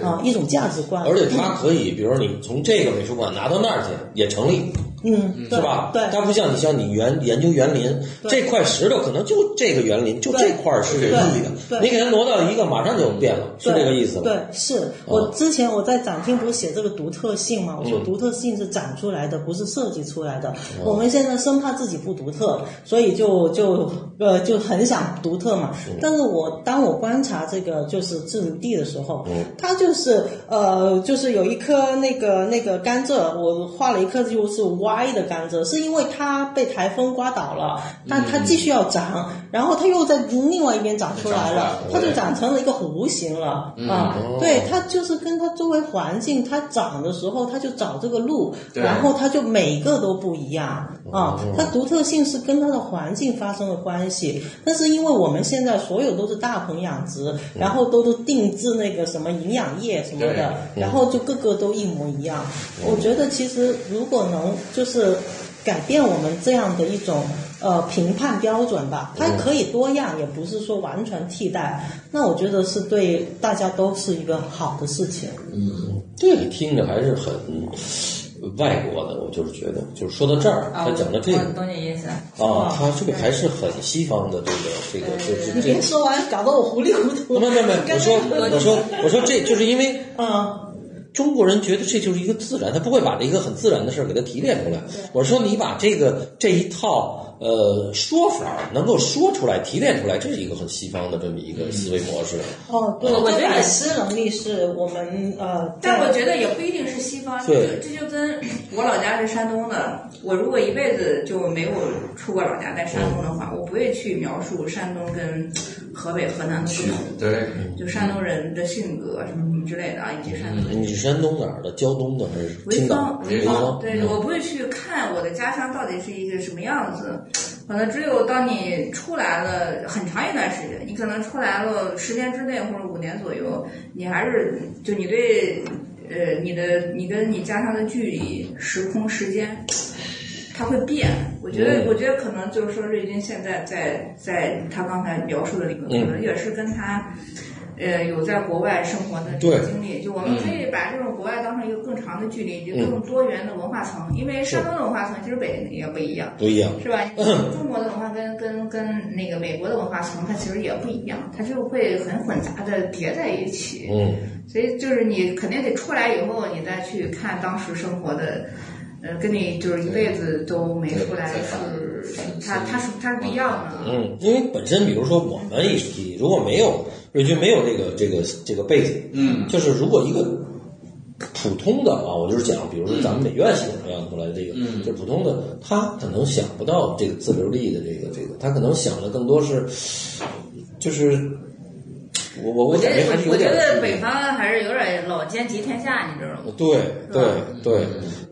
S3: 啊、
S2: 对
S3: 一种价值观。
S1: 嗯而且他可以，比如说你从这个美术馆拿到那儿去也成立，
S3: 嗯，对
S1: 是吧？
S3: 对，
S1: 它不像你像你园研究园林
S3: 对
S1: 这块石头，可能就这个园林就
S3: 对
S1: 这块儿是有意义
S3: 对
S1: 的，
S3: 对
S1: 你给它挪到一个，马上就变了，是
S3: 对
S1: 这个意思吗？
S3: 对，是我之前我在展厅不是写这个独特性嘛？我说独特性是展出来的，不是设计出来的。我们现在生怕自己不独特，所以就就呃就很想独特嘛。但是我当我观察这个就是自留地的时候，它就是呃就是有一棵那个那个甘蔗，我画了一棵就是歪的甘蔗，是因为它被台风刮倒了，但它继续要长，然后它又在另外一边长出来
S2: 长
S3: 了，
S2: 出来
S3: 它
S2: 了
S3: 就
S2: 对
S3: 长成了一个弧形了、
S2: 嗯
S3: 啊
S1: 哦。
S3: 对，它就是跟它周围环境，它长的时候它就找这个路，
S2: 对哦
S3: 然后它就每个都不一样啊。它独特性是跟它的环境发生了关系，但是因为我们现在所有都是大棚养殖，
S2: 嗯
S3: 然后都是定制那个什么营养液什么
S2: 对
S3: 的，然后就个个都一模一样。
S1: 嗯
S3: 我觉得其实如果能就是改变我们这样的一种呃评判标准吧，它
S1: 嗯
S3: 可以多样，也不是说完全替代。那我觉得是对大家都是一个好的事情。
S1: 这个听着还是很呃外国的，我就是觉得，就是说到这儿，
S3: 啊
S1: 他讲到这个
S4: 啊我懂你意思。
S1: 啊，他这个还是很西方的这个这个这
S3: 你
S1: 这
S3: 别说完，搞得我糊里糊
S1: 这，
S3: 涂。
S1: 没没没，我说我说我说这就是因为
S3: 嗯，
S1: 中国人觉得这就是一个自然，他不会把这一个很自然的事儿给它提炼出来。我说你把这个这一套呃说法儿能够说出来、提炼出来，这是一个很西方的这么一个思维模式。
S3: 哦，对，
S4: 我我觉得
S3: 这反思能力是我们呃，
S5: [LAUGHS] 但我觉得也不一定是西方，
S1: 对
S5: 这就跟我老家是山东的，我如果一辈子就没有出过老家，在山东的话，我不会去描述山东跟河北、河南的不同，
S2: 对，
S5: 就山东人的性格什么什么之类的啊，以及山东人
S1: 你是山东哪儿的？胶东的还是
S5: 潍
S1: 青
S5: 坊
S1: 岛？，嗯
S5: 潍
S1: 坊
S5: 坊，，啊对，我不会去看我的家乡到底是一个什么样子。可能只有当你出来了很长一段时间，你可能出来了十年之内或者五年左右，你还是就你对呃你的你跟你家乡的距离、时空、时间，它会变。我觉得，
S1: 嗯
S5: 我觉得可能就是说，瑞军现在在在他刚才描述的里
S1: 嗯
S5: 面，可能也是跟他。呃，有在国外生活的这个
S1: 对
S5: 经历，就我们可以把这种国外当成一个更长的距离，以及
S1: 嗯
S5: 更多元的文化层。因为山东的文化层其实北也不一样，
S1: 不一样。
S5: 是吧？ [CLEARS THROAT] 中国的文化跟跟跟那个美国的文化层，它其实也不一样，它就会很混杂的叠在一起。
S1: 嗯，
S5: 所以就是你肯定得出来以后，你再去看当时生活的，呃，跟你就是一辈子都没出来
S2: 对再
S5: 是
S2: 看，
S5: 它它是它是不一样的。
S1: 嗯嗯，因为本身比如说我们以如果没有瑞军没有这个这个这个背景，
S2: 嗯
S1: 就是如果一个普通的啊，我就是讲，比如说咱们美院系统培养出来的这个，
S2: 嗯
S1: 就是普通的，他可能想不到这个自留力的这个这个，他可能想的更多是，就是我我我
S5: 我觉
S1: 感觉还是
S5: 得我
S1: 有
S5: 觉
S1: 点
S5: 得北方还是有点老奸敌天下，你知道吗？
S1: 对对
S5: 嗯
S1: 对，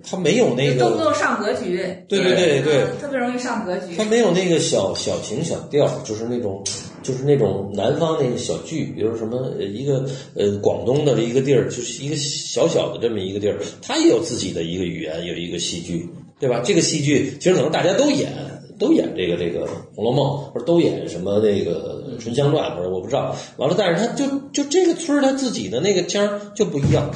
S1: 他没有那
S5: 就动不
S1: 个，
S5: 动上格局，
S1: 对对对对，
S5: 嗯特别容易上格局
S1: 他。没有那个小小情小调，就是那种，就是那种南方那个小剧，比如什么呃一个呃广东的一个地儿，就是一个小小的这么一个地儿，他也有自己的一个语言，有一个戏剧，对吧？这个戏剧其实可能大家都演，都演这个这个《红楼梦》，或者都演什么那个《春香传》，或者我不知道。完了，但是他就就这个村儿他自己的那个腔儿就不一样，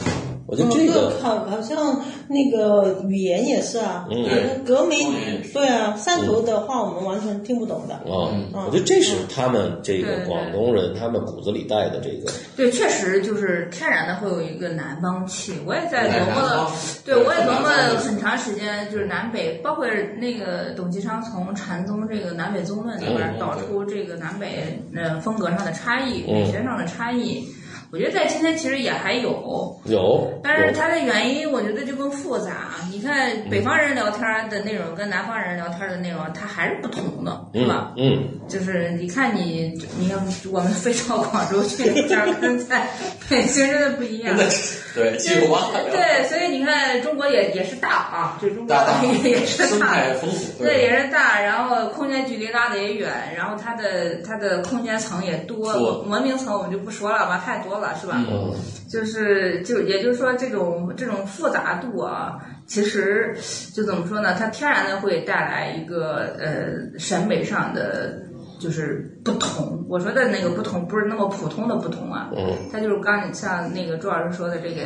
S1: 我觉得这个
S3: 嗯好，好像那个语言也是啊，
S1: 嗯
S3: 嗯，格没
S2: 方言也是
S3: 对啊，汕头的话我们完全听不懂的。
S1: 啊、
S2: 嗯
S1: 我觉得这是他们这
S5: 对
S1: 个
S5: 对
S1: 广东人他们骨子里带的这个。
S5: 对，确实就是天然的会有一个南方气。哎我也在
S2: 南
S5: 琢磨
S2: 方
S5: 了，对我也琢磨
S2: 南
S5: 了
S2: 方
S5: 很长时间，就是南北，包括那个董其昌从禅宗这个南北宗论里边
S2: 嗯
S5: 导出这个南北呃风格上的差异、
S1: 嗯
S5: 美学上的差异。我觉得在今天其实也还有，
S1: 有，
S5: 但是
S1: 有
S5: 它的原因我觉得就更复杂。你看北方人聊天的内容跟南方人聊天的内容，它还是不同的，对吧？
S1: 嗯嗯，
S5: 就是你看你，你看我们飞到广州去聊天，跟在北京真的不一样。
S2: 对，
S5: 就是
S2: 计划
S5: 对，所以你看中国也也是大啊，这中国
S2: 大大
S5: 也也
S2: 生
S5: 是大，
S2: 态丰富，
S5: 对，也是大，然后空间距离拉得也远，然后它的它的空间层也多
S2: 多，
S5: 文明层我们就不说了吧，太多了是吧？
S2: 嗯，
S5: 就是就也就是说，这种这种复杂度啊，其实就怎么说呢？它天然的会带来一个呃审美上的就是不同。我说的那个不同，不是那么普通的不同啊，
S1: 嗯，
S5: 它就是刚你像那个朱老师说的这个，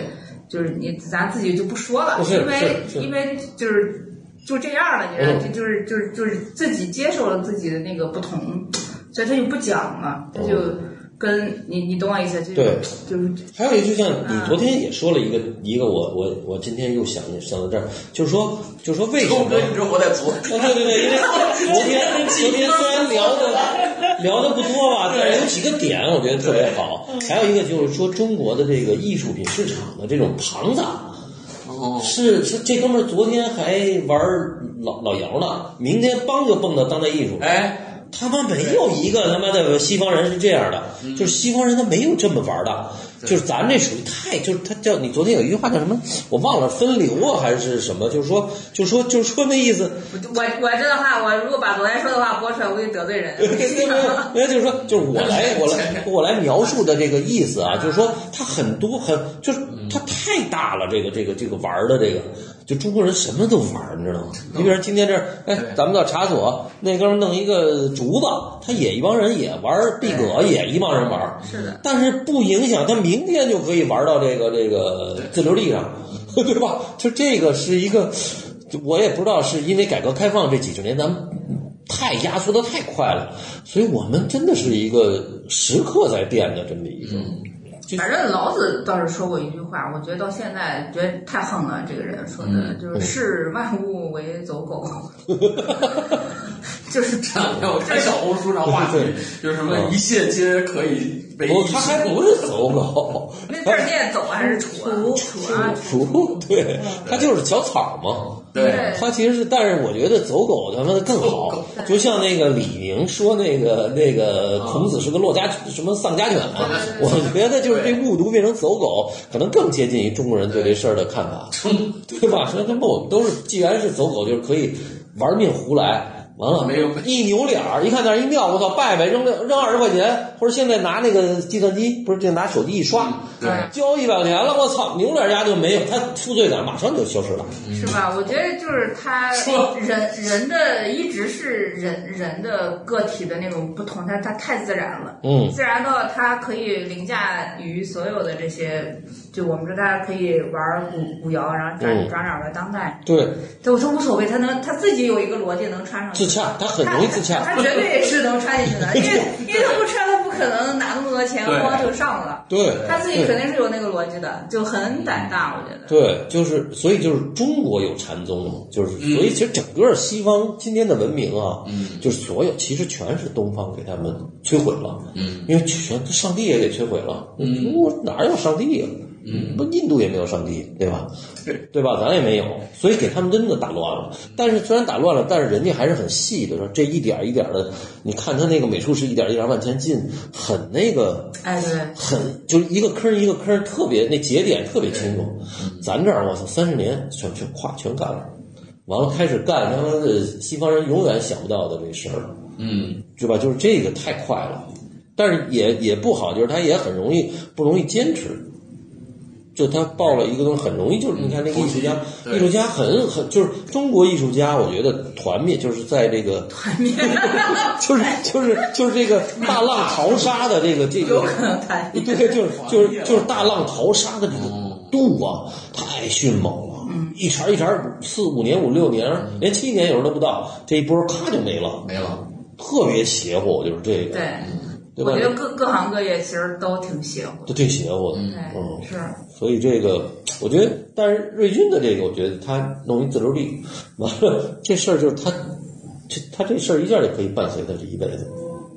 S5: 就是你咱自己就不说了
S1: 不，是
S5: 因为
S1: 是是嗯
S5: 因为就是就这样了，你知道，就就是就是就是自己接受了自己的那个不同，所以他就不讲了，他就跟你你懂我意思，就
S1: 嗯对
S5: 是就是。
S1: 还有一个，就像你
S5: 嗯
S1: 昨天也说了一个、一个我，我我今天又想想到这儿，就是说，就是说为什
S2: 跟我
S1: 么？
S2: 们一直活在昨
S1: 啊，对对对，因为昨天昨天虽然聊的聊的不多吧，但是有几个点啊我觉得特别好。还有一个就是说，中国的这个艺术品市场的这种庞大，
S2: 哦，
S1: 是是这哥们儿昨天还玩老老姚呢，明天梆就蹦到当代艺术了。
S2: 哎，
S1: 他妈没有一个他妈的西方人是这样的，就是西方人他没有这么玩的，就是咱这属于太就是他叫你昨天有一句话叫什么，我忘了分流啊还是什么，就是说就是说就是说那意思，
S5: 我我这的话，我如果把昨天说的话播出来，我会得罪
S1: [LAUGHS]
S5: [LAUGHS] 人。
S1: 没有，就是说，就是我来，我来，我来描述的这个意思啊，就是说，它很多很，就是它太大了，这个这个这个玩儿的这个，就中国人什么都玩儿，你知道吗？你比如说今天这儿，哎，咱们到茶所那哥们儿弄一个竹子，他也一帮人也玩儿壁葛，也一帮人玩儿，
S5: 是的，
S1: 但是不影响他明天就可以玩到这个这个自留地上， [LAUGHS] 对吧？就这个是一个，就我也不知道是因为改革开放这几十年咱们太压缩的太快了，所以我们真的是一个时刻在变的这么一个。
S5: 嗯反正老子倒是说过一句话，我觉得到现在觉得太横了。这个人说的就是视万物为走狗，就是
S2: [LAUGHS]
S5: 这
S2: 前两天我看小红书上话题，就是什么一切皆可以为
S1: 不，
S2: 艺
S1: 他还不是走狗，
S5: 那字儿念走还是杵啊？杵啊！
S1: 不 [LAUGHS] 对，
S2: 嗯
S1: 他就是小草嘛。
S2: 对，
S1: 他其实是，但是我觉得走狗他妈的更好，就像那个李宁说那个那个
S2: 嗯
S1: 孔子是个落家什么丧家犬，我觉得就是这误读变成走狗，可能更接近于中国人对这事儿的看
S2: [LAUGHS]
S1: 法，对吧？说他妈我们都是，既然是走狗，就是可以玩命胡来。完了，
S2: 没有
S1: 一扭脸儿，一看那儿一尿，我操，拜拜，扔了扔二十块钱，或者现在拿那个计算机，不是就拿手机一刷，
S2: 对，
S5: 哎
S1: 交一百块钱了，我操，扭脸家就没有，他负罪感马上就消失了。
S5: 是吧？我觉得就是他
S2: 说
S5: 人人的一直是人人的个体的那种不同，他他太自然了，
S1: 嗯
S5: 自然到他可以凌驾于所有的这些，就我们说大家可以玩古古谣，然后转
S1: 嗯
S5: 转转玩当代，
S1: 对，
S5: 都都无所谓，他能他自己有一个逻辑能穿上去
S1: 自洽，他很容易自洽。 [LAUGHS]
S5: 他绝对是能穿进去的，因为因为他不穿他不可
S6: 可能拿那么多钱
S2: 对
S6: 光就上了。
S1: 对，
S6: 他自己肯定是有那个逻辑的，就很胆大，我觉得。
S1: 对，就是所以就是中国有禅宗嘛，就是所以其实整个西方今天的文明啊，就是所有其实全是东方给他们摧毁了，
S2: 嗯，
S1: 因为全上帝也给摧毁了，中国哪有上帝啊？
S2: 嗯，
S1: 不，印度也没有上帝，对吧？对吧？咱也没有，所以给他们真的打乱了。但是虽然打乱了，但是人家还是很细的，说这一点一点的，你看他那个美术是一点一点往前进，很那个
S6: 哎，对，
S1: 很就是一个坑一个坑，特别那节点特别清楚。咱这儿我操，三十年全全咵全干了，完了开始干他妈的西方人永远想不到的这事儿，
S2: 嗯，
S1: 对吧？就是这个太快了，但是也也不好，就是他也很容易不容易坚持。就他报了一个东西，很容易就是你看那个艺术家，
S2: 投机对
S1: 艺术家很很就是中国艺术家，我觉得团灭就是在这个团灭， [LAUGHS] 就是就是就是这个大浪淘沙的这个这个 [LAUGHS]
S6: 有可能他
S1: 对，就是就是就是大浪淘沙的这个度啊，太迅猛了，一茬一茬四五年五六年，连七年有时候都不到，这一波咔就没了，
S2: 没了，
S1: 特别邪乎，就是这个，
S6: 对，
S1: 对
S6: 我觉得
S1: 吧？
S6: 各各行各业其实都挺邪乎的。
S1: 都挺邪乎的，嗯
S6: 对，，是，
S1: 所以这个我觉得，但是瑞军的这个，我觉得他弄一自留地，完了这事儿就是他，这他这事儿一下就可以伴随他这一辈子，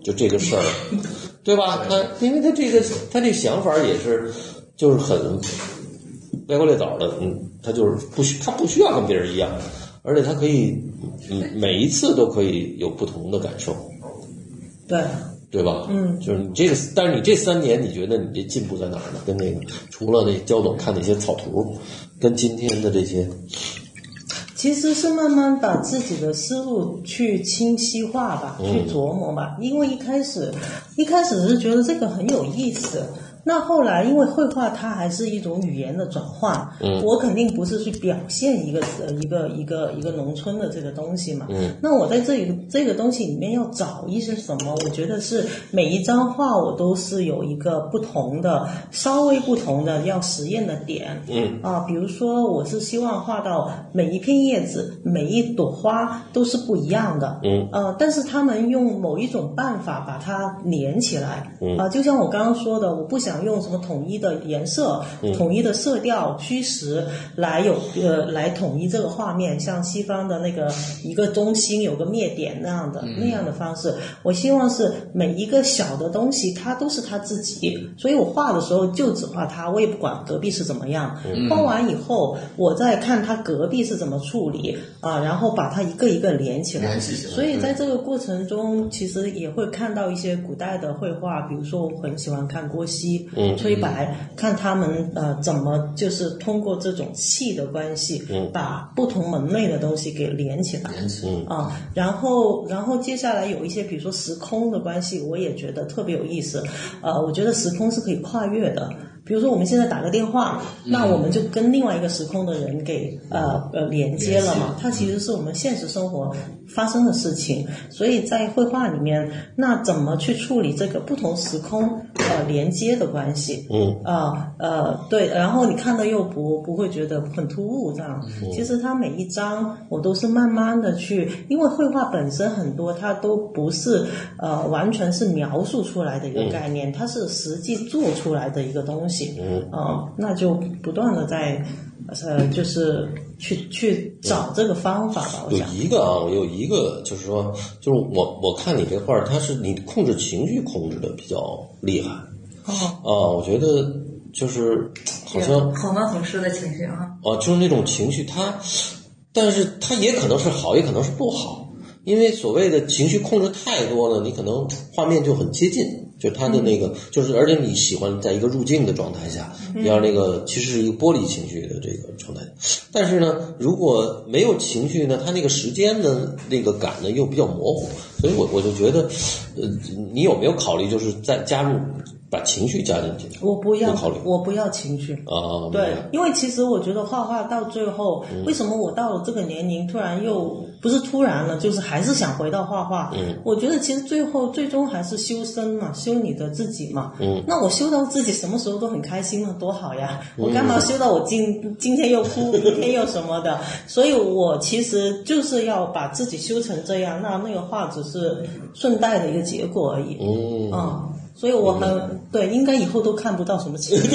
S1: 就这个事儿，
S6: [LAUGHS]
S1: 对吧？他因为他这个他这想法也是，就是很歪瓜裂枣的，嗯，他就是不需他不需要跟别人一样，而且他可以，嗯，每一次都可以有不同的感受，
S3: 对，
S1: 对吧？
S3: 嗯，
S1: 就是你这个，但是你这三年，你觉得你这进步在哪儿呢？跟那个除了那焦总看那些草图，跟今天的这些，
S3: 其实是慢慢把自己的思路去清晰化吧，
S1: 嗯
S3: 去琢磨吧。因为一开始，一开始是觉得这个很有意思。那后来，因为绘画它还是一种语言的转换，
S1: 嗯
S3: 我肯定不是去表现一个呃一个一个一个农村的这个东西嘛。
S1: 嗯
S3: 那我在这里这个东西里面要找一些什么？我觉得是每一张画我都是有一个不同的、稍微不同的要实验的点。
S1: 嗯
S3: 啊，比如说我是希望画到每一片叶子、每一朵花都是不一样的。
S1: 嗯
S3: 呃，但是他们用某一种办法把它连起来，
S1: 嗯
S3: 啊、就像我刚刚说的，我不想用什么统一的颜色、
S1: 嗯
S3: 统一的色调、虚实来有呃来统一这个画面，像西方的那个一个中心有个灭点那样的、
S1: 嗯
S3: 那样的方式。我希望是每一个小的东西它都是它自己，
S1: 嗯
S3: 所以我画的时候就只画它，我也不管隔壁是怎么样。
S1: 嗯
S3: 画完以后，我再看它隔壁是怎么处理啊、然后把它一个一个连起来
S2: 联。系起来，
S3: 所
S1: 嗯
S3: 以在这个过程中，其实也会看到一些古代的绘画，比如说我很喜欢看郭熙、
S1: 嗯
S3: 崔白，看他们呃怎么就是通过这种气的关系，
S1: 嗯
S3: 把不同门类的东西给连起来。
S2: 联系，
S1: 嗯
S3: 啊，然后，然后接下来有一些，比如说时空的关系，我也觉得特别有意思。呃，我觉得时空是可以跨越的。比如说，我们现在打个电话，那我们就跟另外一个时空的人给呃呃连接了嘛。它其实是我们现实生活发生的事情，所以在绘画里面，那怎么去处理这个不同时空呃连接的关系？
S1: 嗯
S3: 啊呃，对，然后你看的又不不会觉得很突兀这样。
S1: 嗯
S3: 其实它每一张我都是慢慢的去，因为绘画本身很多它都不是呃完全是描述出来的一个概念，它是实际做出来的一个东西。
S1: 嗯
S3: 啊，那就不断的在呃就是去去找这个方法吧，我
S1: 有
S3: 想。
S1: 一个啊，我有一个就是说，就是我我看你这画儿，它是你控制情绪控制的比较厉害
S6: 哦，
S1: 啊，我觉得就是好像
S6: 恐龙总师的情绪啊，
S1: 啊，就是那种情绪，它，但是它也可能是好，也可能是不好，因为所谓的情绪控制太多了，你可能画面就很接近，就它的那个，
S3: 嗯
S1: 就是而且你喜欢在一个入境的状态下，你要那个其实是一个剥离情绪的这个状态，但是呢，如果没有情绪呢，它那个时间呢，那个感呢又比较模糊，所以我我就觉得，呃，你有没有考虑就是再加入把情绪加进去
S3: 我不要
S1: 不考虑，
S3: 我不要情绪。
S1: 啊？没
S3: 对
S1: 有，
S3: 因为其实我觉得画画到最后，
S1: 嗯
S3: 为什么我到了这个年龄，突然又不是突然了，就是还是想回到画画。
S1: 嗯
S3: 我觉得其实最后最终还是修身嘛，修你的自己嘛。
S1: 嗯
S3: 那我修到自己什么时候都很开心了，多好呀！
S1: 嗯
S3: 我干嘛修到我今今天又
S1: [LAUGHS]
S3: 哭，明天又什么的？所以我其实就是要把自己修成这样，那那个画只是顺带的一个结果而已。
S1: 嗯
S3: 啊、所以我很对，应该以后都看不到什么
S1: [LAUGHS]
S3: [LAUGHS] 奇迹。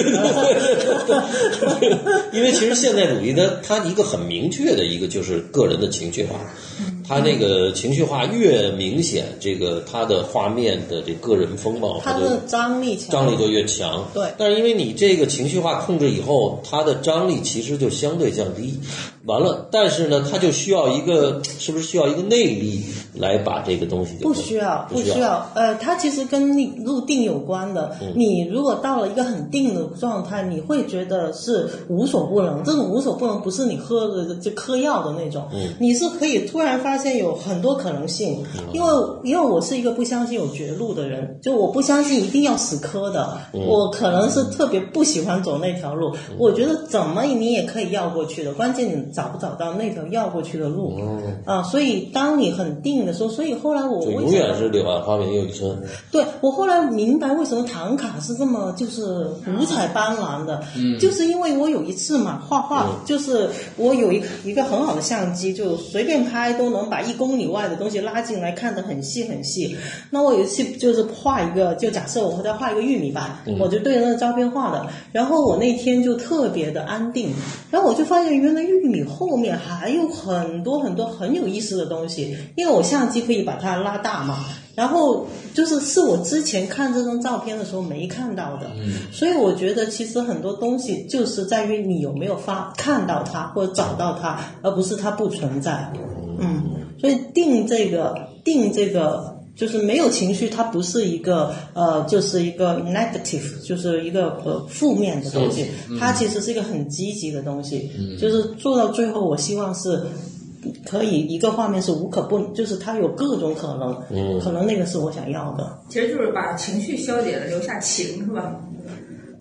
S1: 因为其实现代主义呢，它一个很明确的一个就是个人的情绪化，
S3: 嗯
S1: 它那个情绪化越明显，这个它的画面的这个人风貌，它
S3: 它
S1: 就
S3: 的张力强，
S1: 张力就越强。
S3: 对
S1: 但是因为你这个情绪化控制以后，它的张力其实就相对降低。完了，但是呢，它就需要一个，是不是需要一个内力来把这个东西给
S3: 不需要，
S1: 不
S3: 不
S1: 需
S3: 需要。呃，它其实跟你入定有关的。
S1: 嗯
S3: 你如果到了一个很定的状态，你会觉得是无所不能。这种无所不能不是你喝的就嗑药的那种，
S1: 嗯
S3: 你是可以突然发现有很多可能性。因为因为我是一个不相信有绝路的人，就我不相信一定要死磕的。
S1: 嗯
S3: 我可能是特别不喜欢走那条路，我觉得怎么你也可以绕过去的，关键你找不找到那条绕过去的路。
S1: 哦
S3: 啊，所以当你很定的时候，所以后来我
S1: 就
S3: 为
S1: 永
S3: 什
S1: 远
S3: 么
S1: 是柳暗花明又一村。
S3: 对我后来明白为什么唐卡是这么就是五彩斑斓的，
S1: 嗯
S3: 就是因为我有一次嘛画画，就是我有一一个很好的相机，就随便拍都能把一公里外的东西拉进来，看得很细很细。那我有一次就是画一个，就假设我在画一个玉米吧，我就对着那个照片画的。然后我那天就特别的安定，然后我就发现原来玉米后面还有很多很多很有意思的东西，因为我相机可以把它拉大嘛。然后就是是我之前看这张照片的时候没看到的，所以我觉得其实很多东西就是在于你有没有发看到它或者找到它，而不是它不存在。嗯，所以定这个定这个就是没有情绪，它不是一个呃，就是一个 negative，就是一个呃负面的东西，它其实是一个很积极的东西。就是做到最后，我希望是。可以，一个画面是无可不，就是它有各种可能，可能那个是我想要的。
S5: 其实就是把情绪消解了，留下情，是吧？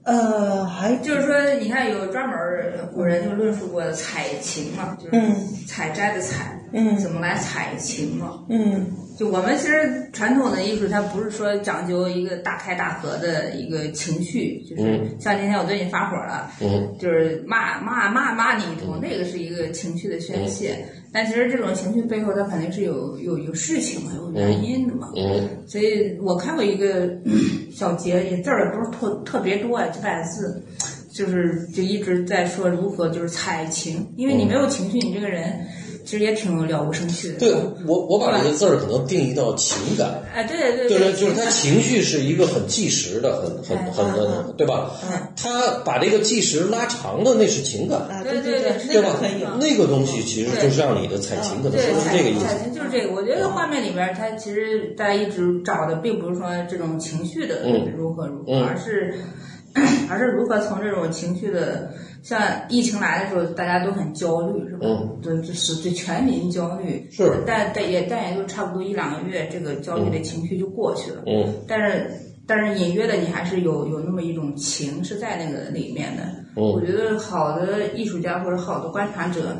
S3: 呃，还
S5: 就是说，你看有专门儿古人就论述过采情嘛，就是
S3: 嗯
S5: 采摘的采，
S3: 嗯
S5: 怎么来采情嘛？
S3: 嗯
S5: 就我们其实传统的艺术，它不是说讲究一个大开大合的一个情绪，就是
S3: 嗯
S5: 像今天我对你发火了，
S1: 嗯
S5: 就是骂骂骂骂你一
S3: 嗯
S5: 通，那个是一个情绪的宣泄。但其实这种情绪背后，它肯定是有有有事情嘛，有原因的嘛。
S1: 嗯，
S5: 所以我看过一个嗯小节，也字儿也不是特特别多啊，几百字，就是就一直在说如何就是采情，因为你没有情绪，你这个人其实也挺了无生趣的。
S1: 对我我把这个字儿可能定义到情感。
S5: 哎，对
S1: 对
S5: 对对
S1: 对，就是他情绪是一个很计时的，很很很
S3: 哎嗯
S1: 很，对吧？他把这个计时拉长的那是情感，
S3: 啊，
S5: 对
S3: 对
S5: 对对
S3: 那
S1: 对
S3: 个
S1: 吧
S3: 可以有。？
S1: 那个东西其实就是让你的采情，可能
S5: 对，
S1: 说是
S5: 采
S1: 这个意
S5: 采
S1: 思。
S5: 情就是这个。我觉得画面里边儿，它其实大家一直找的，并不是说这种情绪的
S1: 嗯
S5: 如何如何，
S1: 嗯
S5: 而是 [COUGHS] 而是如何从这种情绪的，像疫情来的时候，大家都很焦虑，是吧？
S1: 嗯
S5: 对，就是对全民焦虑。
S1: 是
S5: 但但也但也就差不多一两个月，这个焦虑的情绪就过去了。
S1: 嗯
S5: 但是但是隐约的你还是有有那么一种情是在那个里面的。我
S1: 嗯
S5: 觉得好的艺术家或者好的观察者，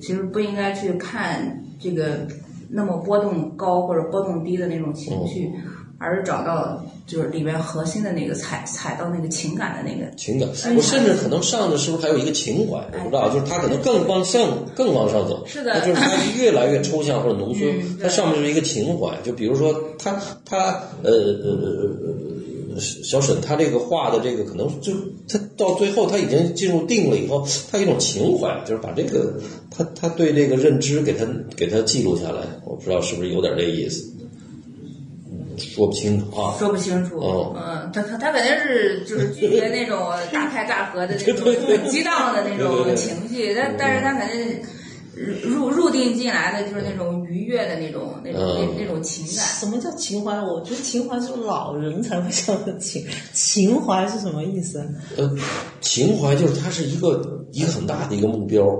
S5: 其实不应该去看这个那么波动高或者波动低的那种情绪，
S1: 嗯
S5: 而是找到就是里边核心的那个踩踩到那个情感的那个。
S1: 情感，我甚至可能上的是不是还有一个情怀？
S5: 哎
S1: 我不知道，就是他可能更往上，更往上走。
S5: 是的
S1: 它就是他越来越抽象或者
S5: [LAUGHS]
S1: 浓缩
S5: 嗯，
S1: 它上面是一个情怀。就比如说他他呃呃呃呃小沈他这个画的这个可能就他到最后他已经进入定了以后，他有一种情怀，就是把这个他他对这个认知给他给他记录下来。我不知道是不是有点这意思，嗯说不清楚啊。
S5: 说不清楚，
S1: 哦
S5: 嗯，他他他肯定是就是拒绝那种
S1: [LAUGHS]
S5: 大开大合的那
S1: 对对对
S5: 种激荡的那
S1: 对对嗯对
S5: 种情绪，但但是他肯定入入定进来的就是那种愉悦的那种那种
S1: 嗯
S5: 那那种情感，
S3: 什么叫情怀？我觉得情怀是老人才会叫的情，情怀是什么意思？
S1: 呃，情怀就是它是一个一个很大的一个目标，
S3: 哦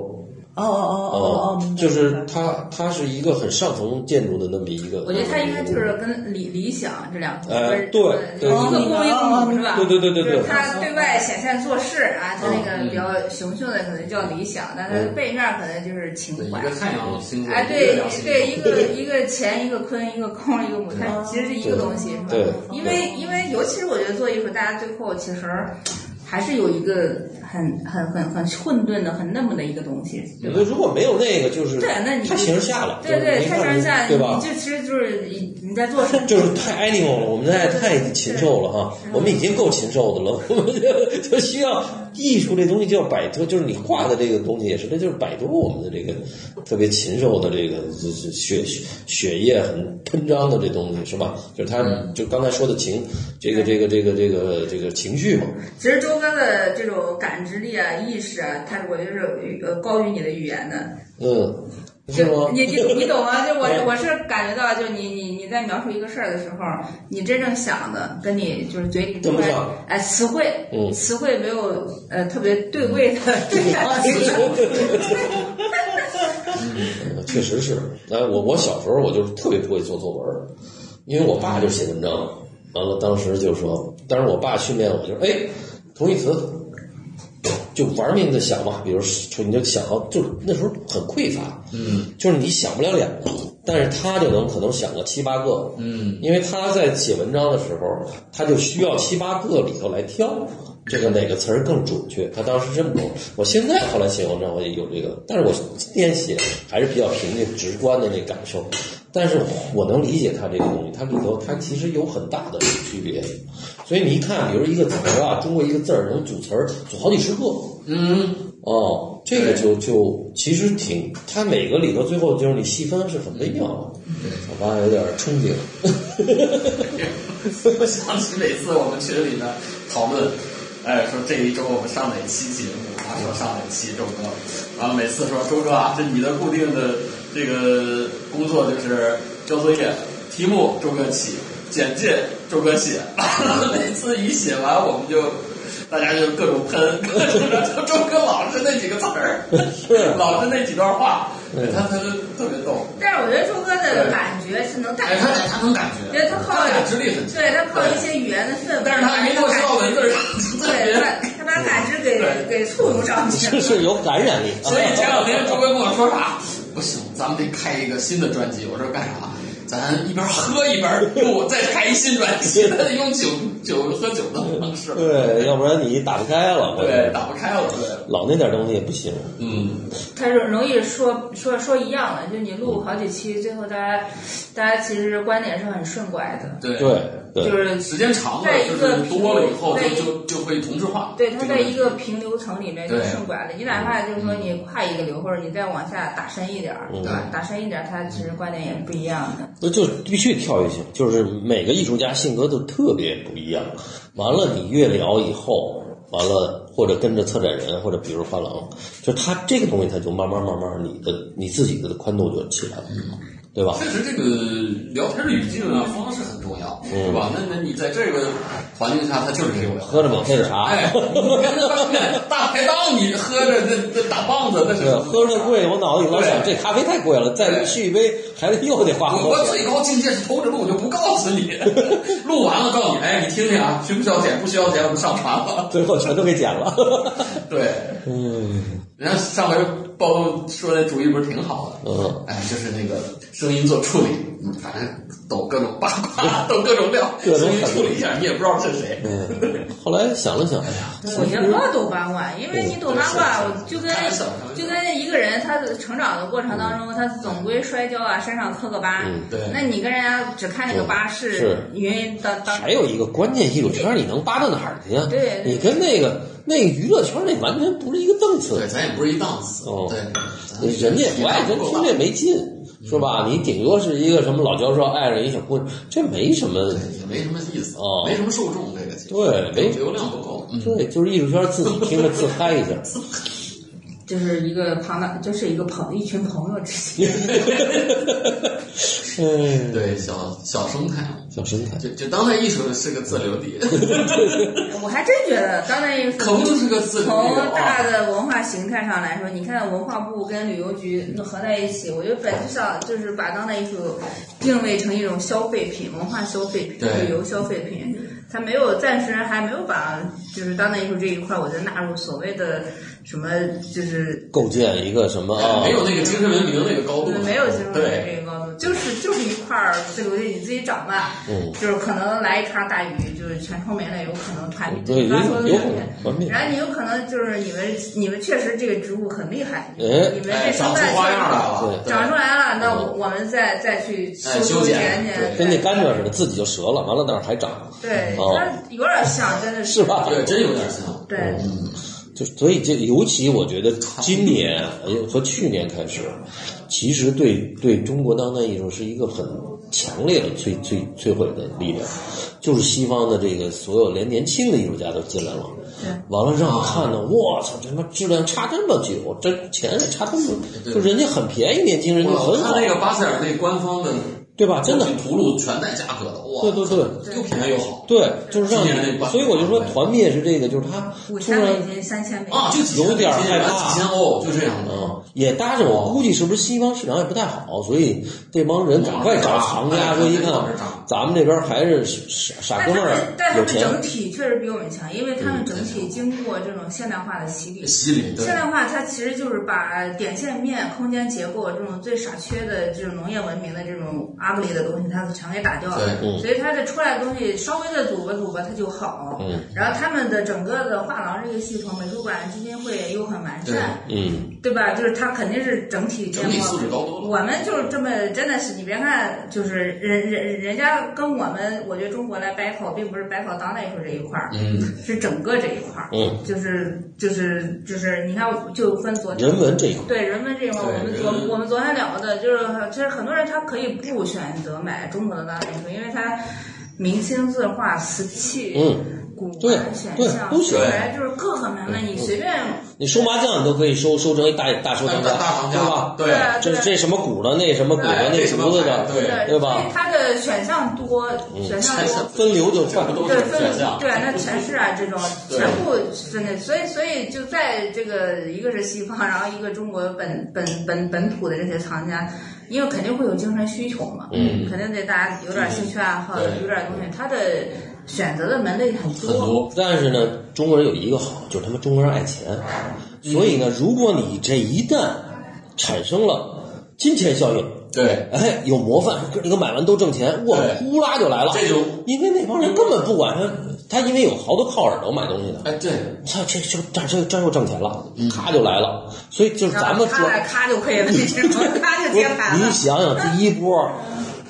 S1: 啊、
S3: 哦哦哦哦，明白
S1: 就是
S3: 明白
S1: 它它是一个很上层建筑的那么一个。
S5: 我觉得它应该就是跟理理想这两个，
S1: 呃对对
S5: 一个供应母是吧？
S1: 对对对对对嗯
S5: 就是它对外显现做事啊，它那个比较雄性的可能叫理想，但它的背面可能就是情
S2: 一
S5: 怀。
S2: 个太阳星座，
S5: 哎，
S2: 一个
S5: 对
S2: 月亮星座
S5: 对，一个一个乾，一个坤，一个空，一个母，它其实是一个东西，是吧？
S1: 对
S5: 因为因为尤其是我觉得做艺术，大家最后其实还是有一个很很很很混沌的、很那么的一个东西，对吧？
S1: 就如果没有那个，就是
S5: 对，那你
S1: 太形式化了，
S5: 对对，太形式化
S1: 下
S5: 了，
S1: 对吧
S5: 你？就其实就是你你在做什么？
S1: 就是太 animal 了，我们现在太禽兽了哈，我们已经够禽兽的了，我们就就需要艺术这东西就要摆脱，就是你画的这个东西也是，它就是摆脱我们的这个特别禽兽的这个就是血血液很喷张的这东西是吧？就是他就刚才说的情，这个这个这个这个这个情绪嘛，
S5: 其实周哥的这种感知力啊、意识啊，他我觉得是呃高于你的语言的。
S1: 嗯，是吗？
S5: 你你你懂吗？就我
S2: 哎
S5: 我是感觉到，就你你你在描述一个事儿的时候，你真正想的跟你就是嘴里
S1: 跟
S5: 出
S1: 不
S5: 来
S1: 上，
S5: 哎，词汇，
S1: 嗯
S5: 词汇没有呃特别对
S2: [LAUGHS]
S5: 位的对感
S1: 嗯 [LAUGHS] 确实是。哎，我我小时候我就是特别不会做作文儿，因为我爸就写文章，完了当时就说，但是我爸训练我就是，哎，同义词，就玩命的想嘛，比如说你就想到，就那时候很匮乏，
S2: 嗯
S1: 就是你想不了两个，但是他就能可能想个七八个，
S2: 嗯，
S1: 因为他在写文章的时候，他就需要七八个里头来挑。这个哪个词儿更准确？他当时这么跟我，我现在后来写文章我也有这个，但是我今天写还是比较平静、直观的那感受，但是我能理解他这个东西，它里头它其实有很大的区别，所以你一看，比如一个词儿啊，中国一个字儿能组词儿组好几十个，
S2: 嗯，
S1: 哦，这个就就其实挺，它每个里头最后就是你细分是很微妙的。
S2: 嗯
S1: 我刚才有点憧憬，
S2: [LAUGHS] 我想起每次我们群里面讨论，哎，说这一周我们上哪期节目，他说上哪期周哥，然后每次说周哥啊，这你的固定的这个工作就是交作业，题目周哥起，简介周哥写，每次一写完我们就。大家就各种喷，各种周哥老是那几个词儿，老是那几段话，
S1: 嗯
S2: 他他就特别逗。
S5: 但是我觉得周哥的感觉是能带
S2: 哎，
S5: 出
S2: 他
S5: 来的，
S2: 他能感
S5: 因
S2: 觉，
S5: 为他靠
S2: 感知力很强，
S5: 对他靠一些语言的氛围，
S2: 但是他没
S5: 把
S2: 过
S5: 这
S2: 去
S5: 个
S2: 奥
S5: 感
S2: 运
S5: 知，
S2: 会上，特别。
S5: 对，他他把感知给
S2: 对
S5: 给簇拥上去
S1: 这
S5: 了。
S1: 是有感染力。
S2: [LAUGHS] 所以前两天周哥跟我说啥？不行，咱们得开一个新的专辑。我说干啥？咱一边喝一边录，再开一新专辑，那得用酒酒喝酒的方式。
S1: 对，要不然你打不开了。
S2: 对，，打不开了。对，
S1: 老那点东西也不行。
S2: 嗯，
S5: 他容容易说说说一样的，就你录好几期，最后大家大家其实观点是很顺拐的，
S2: 对
S1: 对
S5: 就
S1: 对，
S5: 是
S2: 时间长了
S5: 在一
S2: 就
S5: 个
S2: 是多了以后
S5: 在
S2: 就
S5: 一
S2: 就就会同质化。
S5: 对，它
S2: 这
S5: 在
S2: 问
S5: 一
S2: 题
S5: 个平流层里面就
S2: 对
S5: 顺拐了。你哪怕就是说你跨一个流，或者你再往下打深一点儿，
S1: 嗯
S5: 对吧？打深一点儿，它其实观点也是不一样的。
S1: 那就必须跳跃性，就是每个艺术家性格都特别不一样。完了，你越聊以后，完了或者跟着策展人，或者比如画廊，就他这个东西，他就慢慢慢慢，你的你自己的宽度就起来了，对吧？
S2: 确实，这个聊天的语境啊，方式很重要，是吧？那那你在这个环境下，他就是这个
S1: 喝着免费的茶，
S2: [LAUGHS] 哎，你跟那外面大排档，你喝着那那大棒子，那是啊
S1: 对，喝着贵，我脑子里老想这
S2: 对
S1: 咖啡太贵了，再续一杯还得又得花好多
S2: 我我最
S1: 钱。
S2: 高境界是偷着录，我就不告诉你。 [LAUGHS] 录完了告你，哎，你听听啊，需不需要钱？不需要钱，我们上传了。
S1: 最后全都给剪了。
S2: 对，
S1: 嗯
S2: 人家上回包括说那主意不是挺好的？
S1: 嗯，
S2: 哎，就是那个声音做处理，嗯反正抖各种八 [LAUGHS] 卦，抖各种料，
S1: 各种
S2: 声音处理一下，你也不知道是谁。
S1: 嗯，后来想了想，哎呀，
S5: 我觉得不要懂八卦，因为你
S1: 嗯
S5: 懂八卦，我就跟
S2: 开玩笑开玩笑
S5: 就跟一个人他的成长的过程当中，他总归摔跤啊，身上磕个疤
S1: 嗯。
S2: 对
S5: 那你跟人家只看那个疤是
S1: 是
S5: 因为当当
S1: 还有一个关键，艺术圈你能扒到哪儿去呀？
S5: 对对
S1: 你跟那个那个娱乐圈那完全不是一个档
S2: 对，
S1: 次，
S2: 咱也不是一档次
S1: 哦，
S2: 对，咱
S1: 人家也不爱
S2: 咱
S1: 跟听这没劲，是
S2: 嗯
S1: 吧？你顶多是一个什么老教授爱上一小姑娘，这没什么。
S2: 也没什么意思，
S1: 哦
S2: 没什么受众，这个其实
S1: 对没
S2: 流量不够，嗯，
S1: 对，就是艺术圈自己听着自嗨一下。
S5: 就是一个庞大，就是一个朋一群朋友之间。
S1: [LAUGHS] 嗯，
S2: 对，小小生态嘛。
S1: 小身材。
S2: 就就当代艺术是个自留
S1: [LAUGHS]
S2: 地，
S5: 我还真觉得当代艺术
S2: 可不就是个自留地
S5: 从大
S2: 啊！
S5: 的文化形态上来说，你看文化部跟旅游局合在一起，我觉得本质上就是把当代艺术定位成一种消费品、文化消费品、
S2: 对
S5: 旅游消费品。它没有暂时还没有把就是当代艺术这一块，我觉得纳入所谓的什么就是
S1: 构建一个什么啊？
S2: 没有那个精神文明那个高度，
S5: 没有进入到
S2: 对，
S5: 这个高度，就是就是一块儿这个东西你自己找吧，
S1: 嗯，
S5: 就是可能来一场大雨，就是全冲没了，有可能团
S1: 对，
S5: 比
S1: 有
S5: 方说
S1: 有
S5: 团灭
S1: 可能。
S5: 然后你有可能就是你们你们确实这个植物很厉害，
S1: 哎
S5: 你们
S2: 哎，
S5: 这生
S2: 长出
S5: 态
S2: 花样来
S5: 确
S2: 了，
S5: 实长出
S2: 来，
S5: 来了，那我我们再再去
S2: 哎
S5: 修
S2: 修
S5: 修
S2: 剪
S5: 剪
S2: 对
S1: 跟那
S5: 剪，
S1: 甘蔗似的，自己就折了，完了那儿还长，
S5: 对，
S1: 哦
S5: 它有点像，真的
S1: 是？嗯吧？
S2: 对，真有点像，
S5: 对，
S1: 就所以这尤其我觉得今年呃和去年开始，其实对对中国当代艺术是一个很强烈的摧摧摧毁的力量，就是西方的这个所有连年轻的艺术家都进来了，完了让我看到，我操，这他妈质量差这么久，这钱也差这么久，
S2: 对
S1: 就人家很便宜，年轻人就
S2: 我老
S1: 很好
S2: 看，那个巴塞尔那官方的
S1: 对吧？真的，
S2: 图录全带价格的，哇，
S1: 对对对。
S2: 又便宜又好
S1: 对，就是让
S2: 今年那
S1: 你，
S2: 版
S1: 所以我就说团灭是这个，就是他
S5: 五
S1: 突
S5: 千
S1: 然
S5: 美金、三千美金，
S2: 啊，就几千
S1: 有点
S2: 几
S1: 害
S2: 千
S1: 怕
S2: 几千欧，就这样的，
S1: 嗯，也搭着我估计是不是西方市场也不太好，所以这帮人赶快找行
S2: 哎
S1: 家，说一看咱们这边还是傻傻
S5: 但
S1: 哥
S5: 他
S1: 们
S5: 们但
S1: 儿
S5: 他
S1: 有
S5: 们
S1: 钱，
S5: 整
S1: 嗯
S5: 体确实比我们强，因为他们整体经过这种现代化的洗礼。
S2: 洗礼，对
S5: 现，代化它其实就是把点线面、空间结构这种最傻缺的这种农业文明的这种阿布里的东西，它全给打掉了。
S2: 对
S1: 嗯
S5: 所以它的出来的东西稍微的组吧组吧，它就好。
S1: 嗯
S5: 然后他们的整个的画廊这个系统、美术馆、基金会又很完善，
S1: 嗯，
S5: 对吧？就是它肯定是整体
S2: 整体素质高多了
S5: 我们就是这么，真的是你别看，就是人人人家跟我们，我觉得中国来 battle 并不是 battle 当代艺术这一块儿，
S2: 嗯，
S5: 是整个这一块儿，
S1: 嗯
S5: 就是就是就是，你看就分昨天。
S1: 人文这一块，
S5: 对人文这一块儿，
S2: 对
S5: 我们昨
S2: 人文
S5: 我们昨天聊的就是，其实很多人他可以不选择买中国的当代艺术，因为他明清字画、瓷器、
S1: 嗯，
S5: 古
S1: 对
S5: 玩、选
S1: 对
S5: 项、
S1: 都选
S5: 水彩，就是各个门类，你随便
S1: 你收麻将你都可以收收成一大大收
S2: 大
S1: 藏家，
S2: 大行
S1: 对
S2: 家
S1: 吧，？
S2: 对，
S1: 这这什么股的，那什么股的，那
S2: 这什么
S1: 胡子的，
S2: 对，
S5: 对
S1: 对吧嗯
S5: 所以它的选项多，选项多。
S1: 分流就快
S2: 这，不都
S5: 对
S2: 是
S5: 分
S2: 选项？
S5: 对，那全是啊，这种
S2: 对
S5: 全部分类，所以所以就在这个一个是西方，然后一个中国本本本本土的这些藏家，因为肯定会有精神需求嘛，
S2: 嗯
S5: 肯定得大家有点兴趣爱好，
S2: 对
S5: 有点东西，他的选择的门类很
S2: 很
S5: 多，
S2: 多，
S1: 但是呢，中国人有一个好，就是他们中国人爱钱。
S2: 嗯
S1: 所以呢，如果你这一旦产生了金钱效应，
S2: 对，
S1: 哎，有模范，哥你给我买完都挣钱，哇，
S2: 对
S1: 呼啦就来了。
S2: 这种，
S1: 因为那帮人根本不管他，他因为有好多靠耳朵买东西的，
S2: 哎，对，嗯
S1: 操，这这这这这又挣钱了，咔就来了。所以就是咱
S5: 然后
S1: 们
S5: 他
S1: 说，
S5: 来咔就可以了，你知道吗？咔就接盘
S1: 你
S5: 了。
S1: 想想第一波。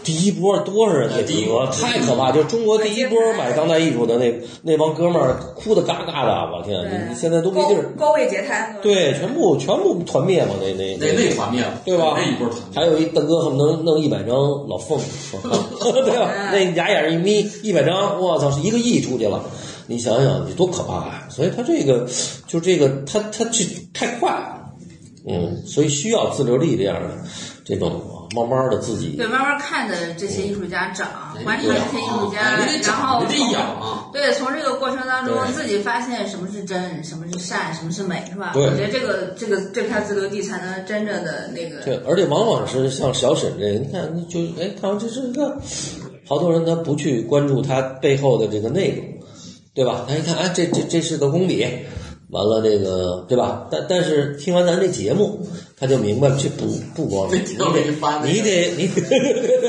S1: 第一波多少人那
S2: 第一
S1: 波
S2: 波
S1: 太可怕！就中国第一波买当代艺术的那那帮哥们儿，哭的嘎嘎的，我天！你你现在都没
S5: 高
S1: 地儿，
S5: 高位截瘫，
S1: 对，全部全部团灭嘛，那那
S2: 那那团灭了，
S1: 对吧？
S2: 那一波团灭，
S1: 还有一邓哥恨不能弄一百张老凤， [LAUGHS] 对吧？那俩眼儿一眯，一百张，我操，是一个亿出去了。你想想，你多可怕呀、所以他这个，就这个，他他这太快了，嗯，所以需要自留力这样的这种慢慢的自己
S5: 对，慢慢看着这些艺术家长，观察
S2: 对
S5: 这些艺术家
S2: 哎你，得
S5: 然后
S2: 长，你
S5: 从
S2: 得养啊，
S5: 对，从这个过程当中
S2: 对
S5: 自己发现什么是真，什么是善，什么是美，是吧？
S1: 对
S5: 我觉得这个这个这片自留地才能真正的那个
S1: 对，而且往往是像小沈这，你看，你就哎，看完这是一个，好多人他不去关注他背后的这个内容，对吧？他一看，哎，这这这是个公理，完了这个，对吧？但但是听完咱这节目，他就明白了，这不不光是
S2: 那你都没发那个
S1: 你得你得，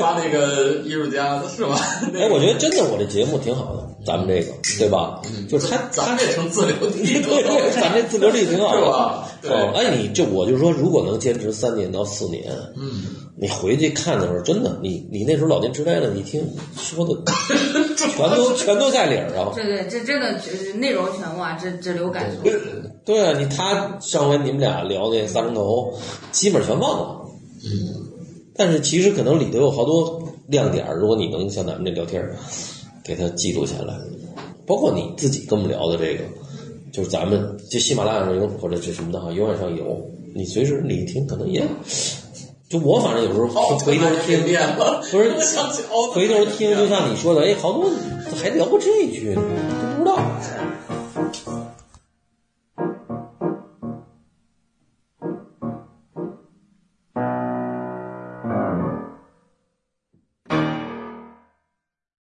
S1: [LAUGHS]
S2: 发那个艺术家是吧？ [LAUGHS]
S1: 哎，我觉得真的我这节目挺好的，咱们这个，对吧？就是他
S2: 嗯咱
S1: 他
S2: 们这成自留地了， [LAUGHS] 哦
S1: 对， [LAUGHS] 咱这自留力挺好
S2: 是
S1: 的
S2: 吧。对
S1: 哦，哎，你就我就说，如果能坚持三年到四年，嗯，你回去看的时候，真的，你你那时候老年痴呆了，你听说
S2: [LAUGHS]
S1: 的全都全都在理儿啊。
S5: 对对，这真的就是内容全无啊，只只留感受。
S1: 对啊，你他上回你们俩聊那三重头，基本全忘了。嗯，但是其实可能里头有好多亮点儿，如果你能像咱们这聊天儿，给它记录下来，包括你自己跟我们聊的这个，就是咱们这喜马拉雅上有或者这什么的哈，永远上有，你随时你一听可能也，就我反正有时候
S2: 哦，
S1: 回头听，
S2: 变了，
S1: 不是
S2: [LAUGHS] 我想起哦，
S1: 回头听，就像你说的，哎，好多还聊过这句呢。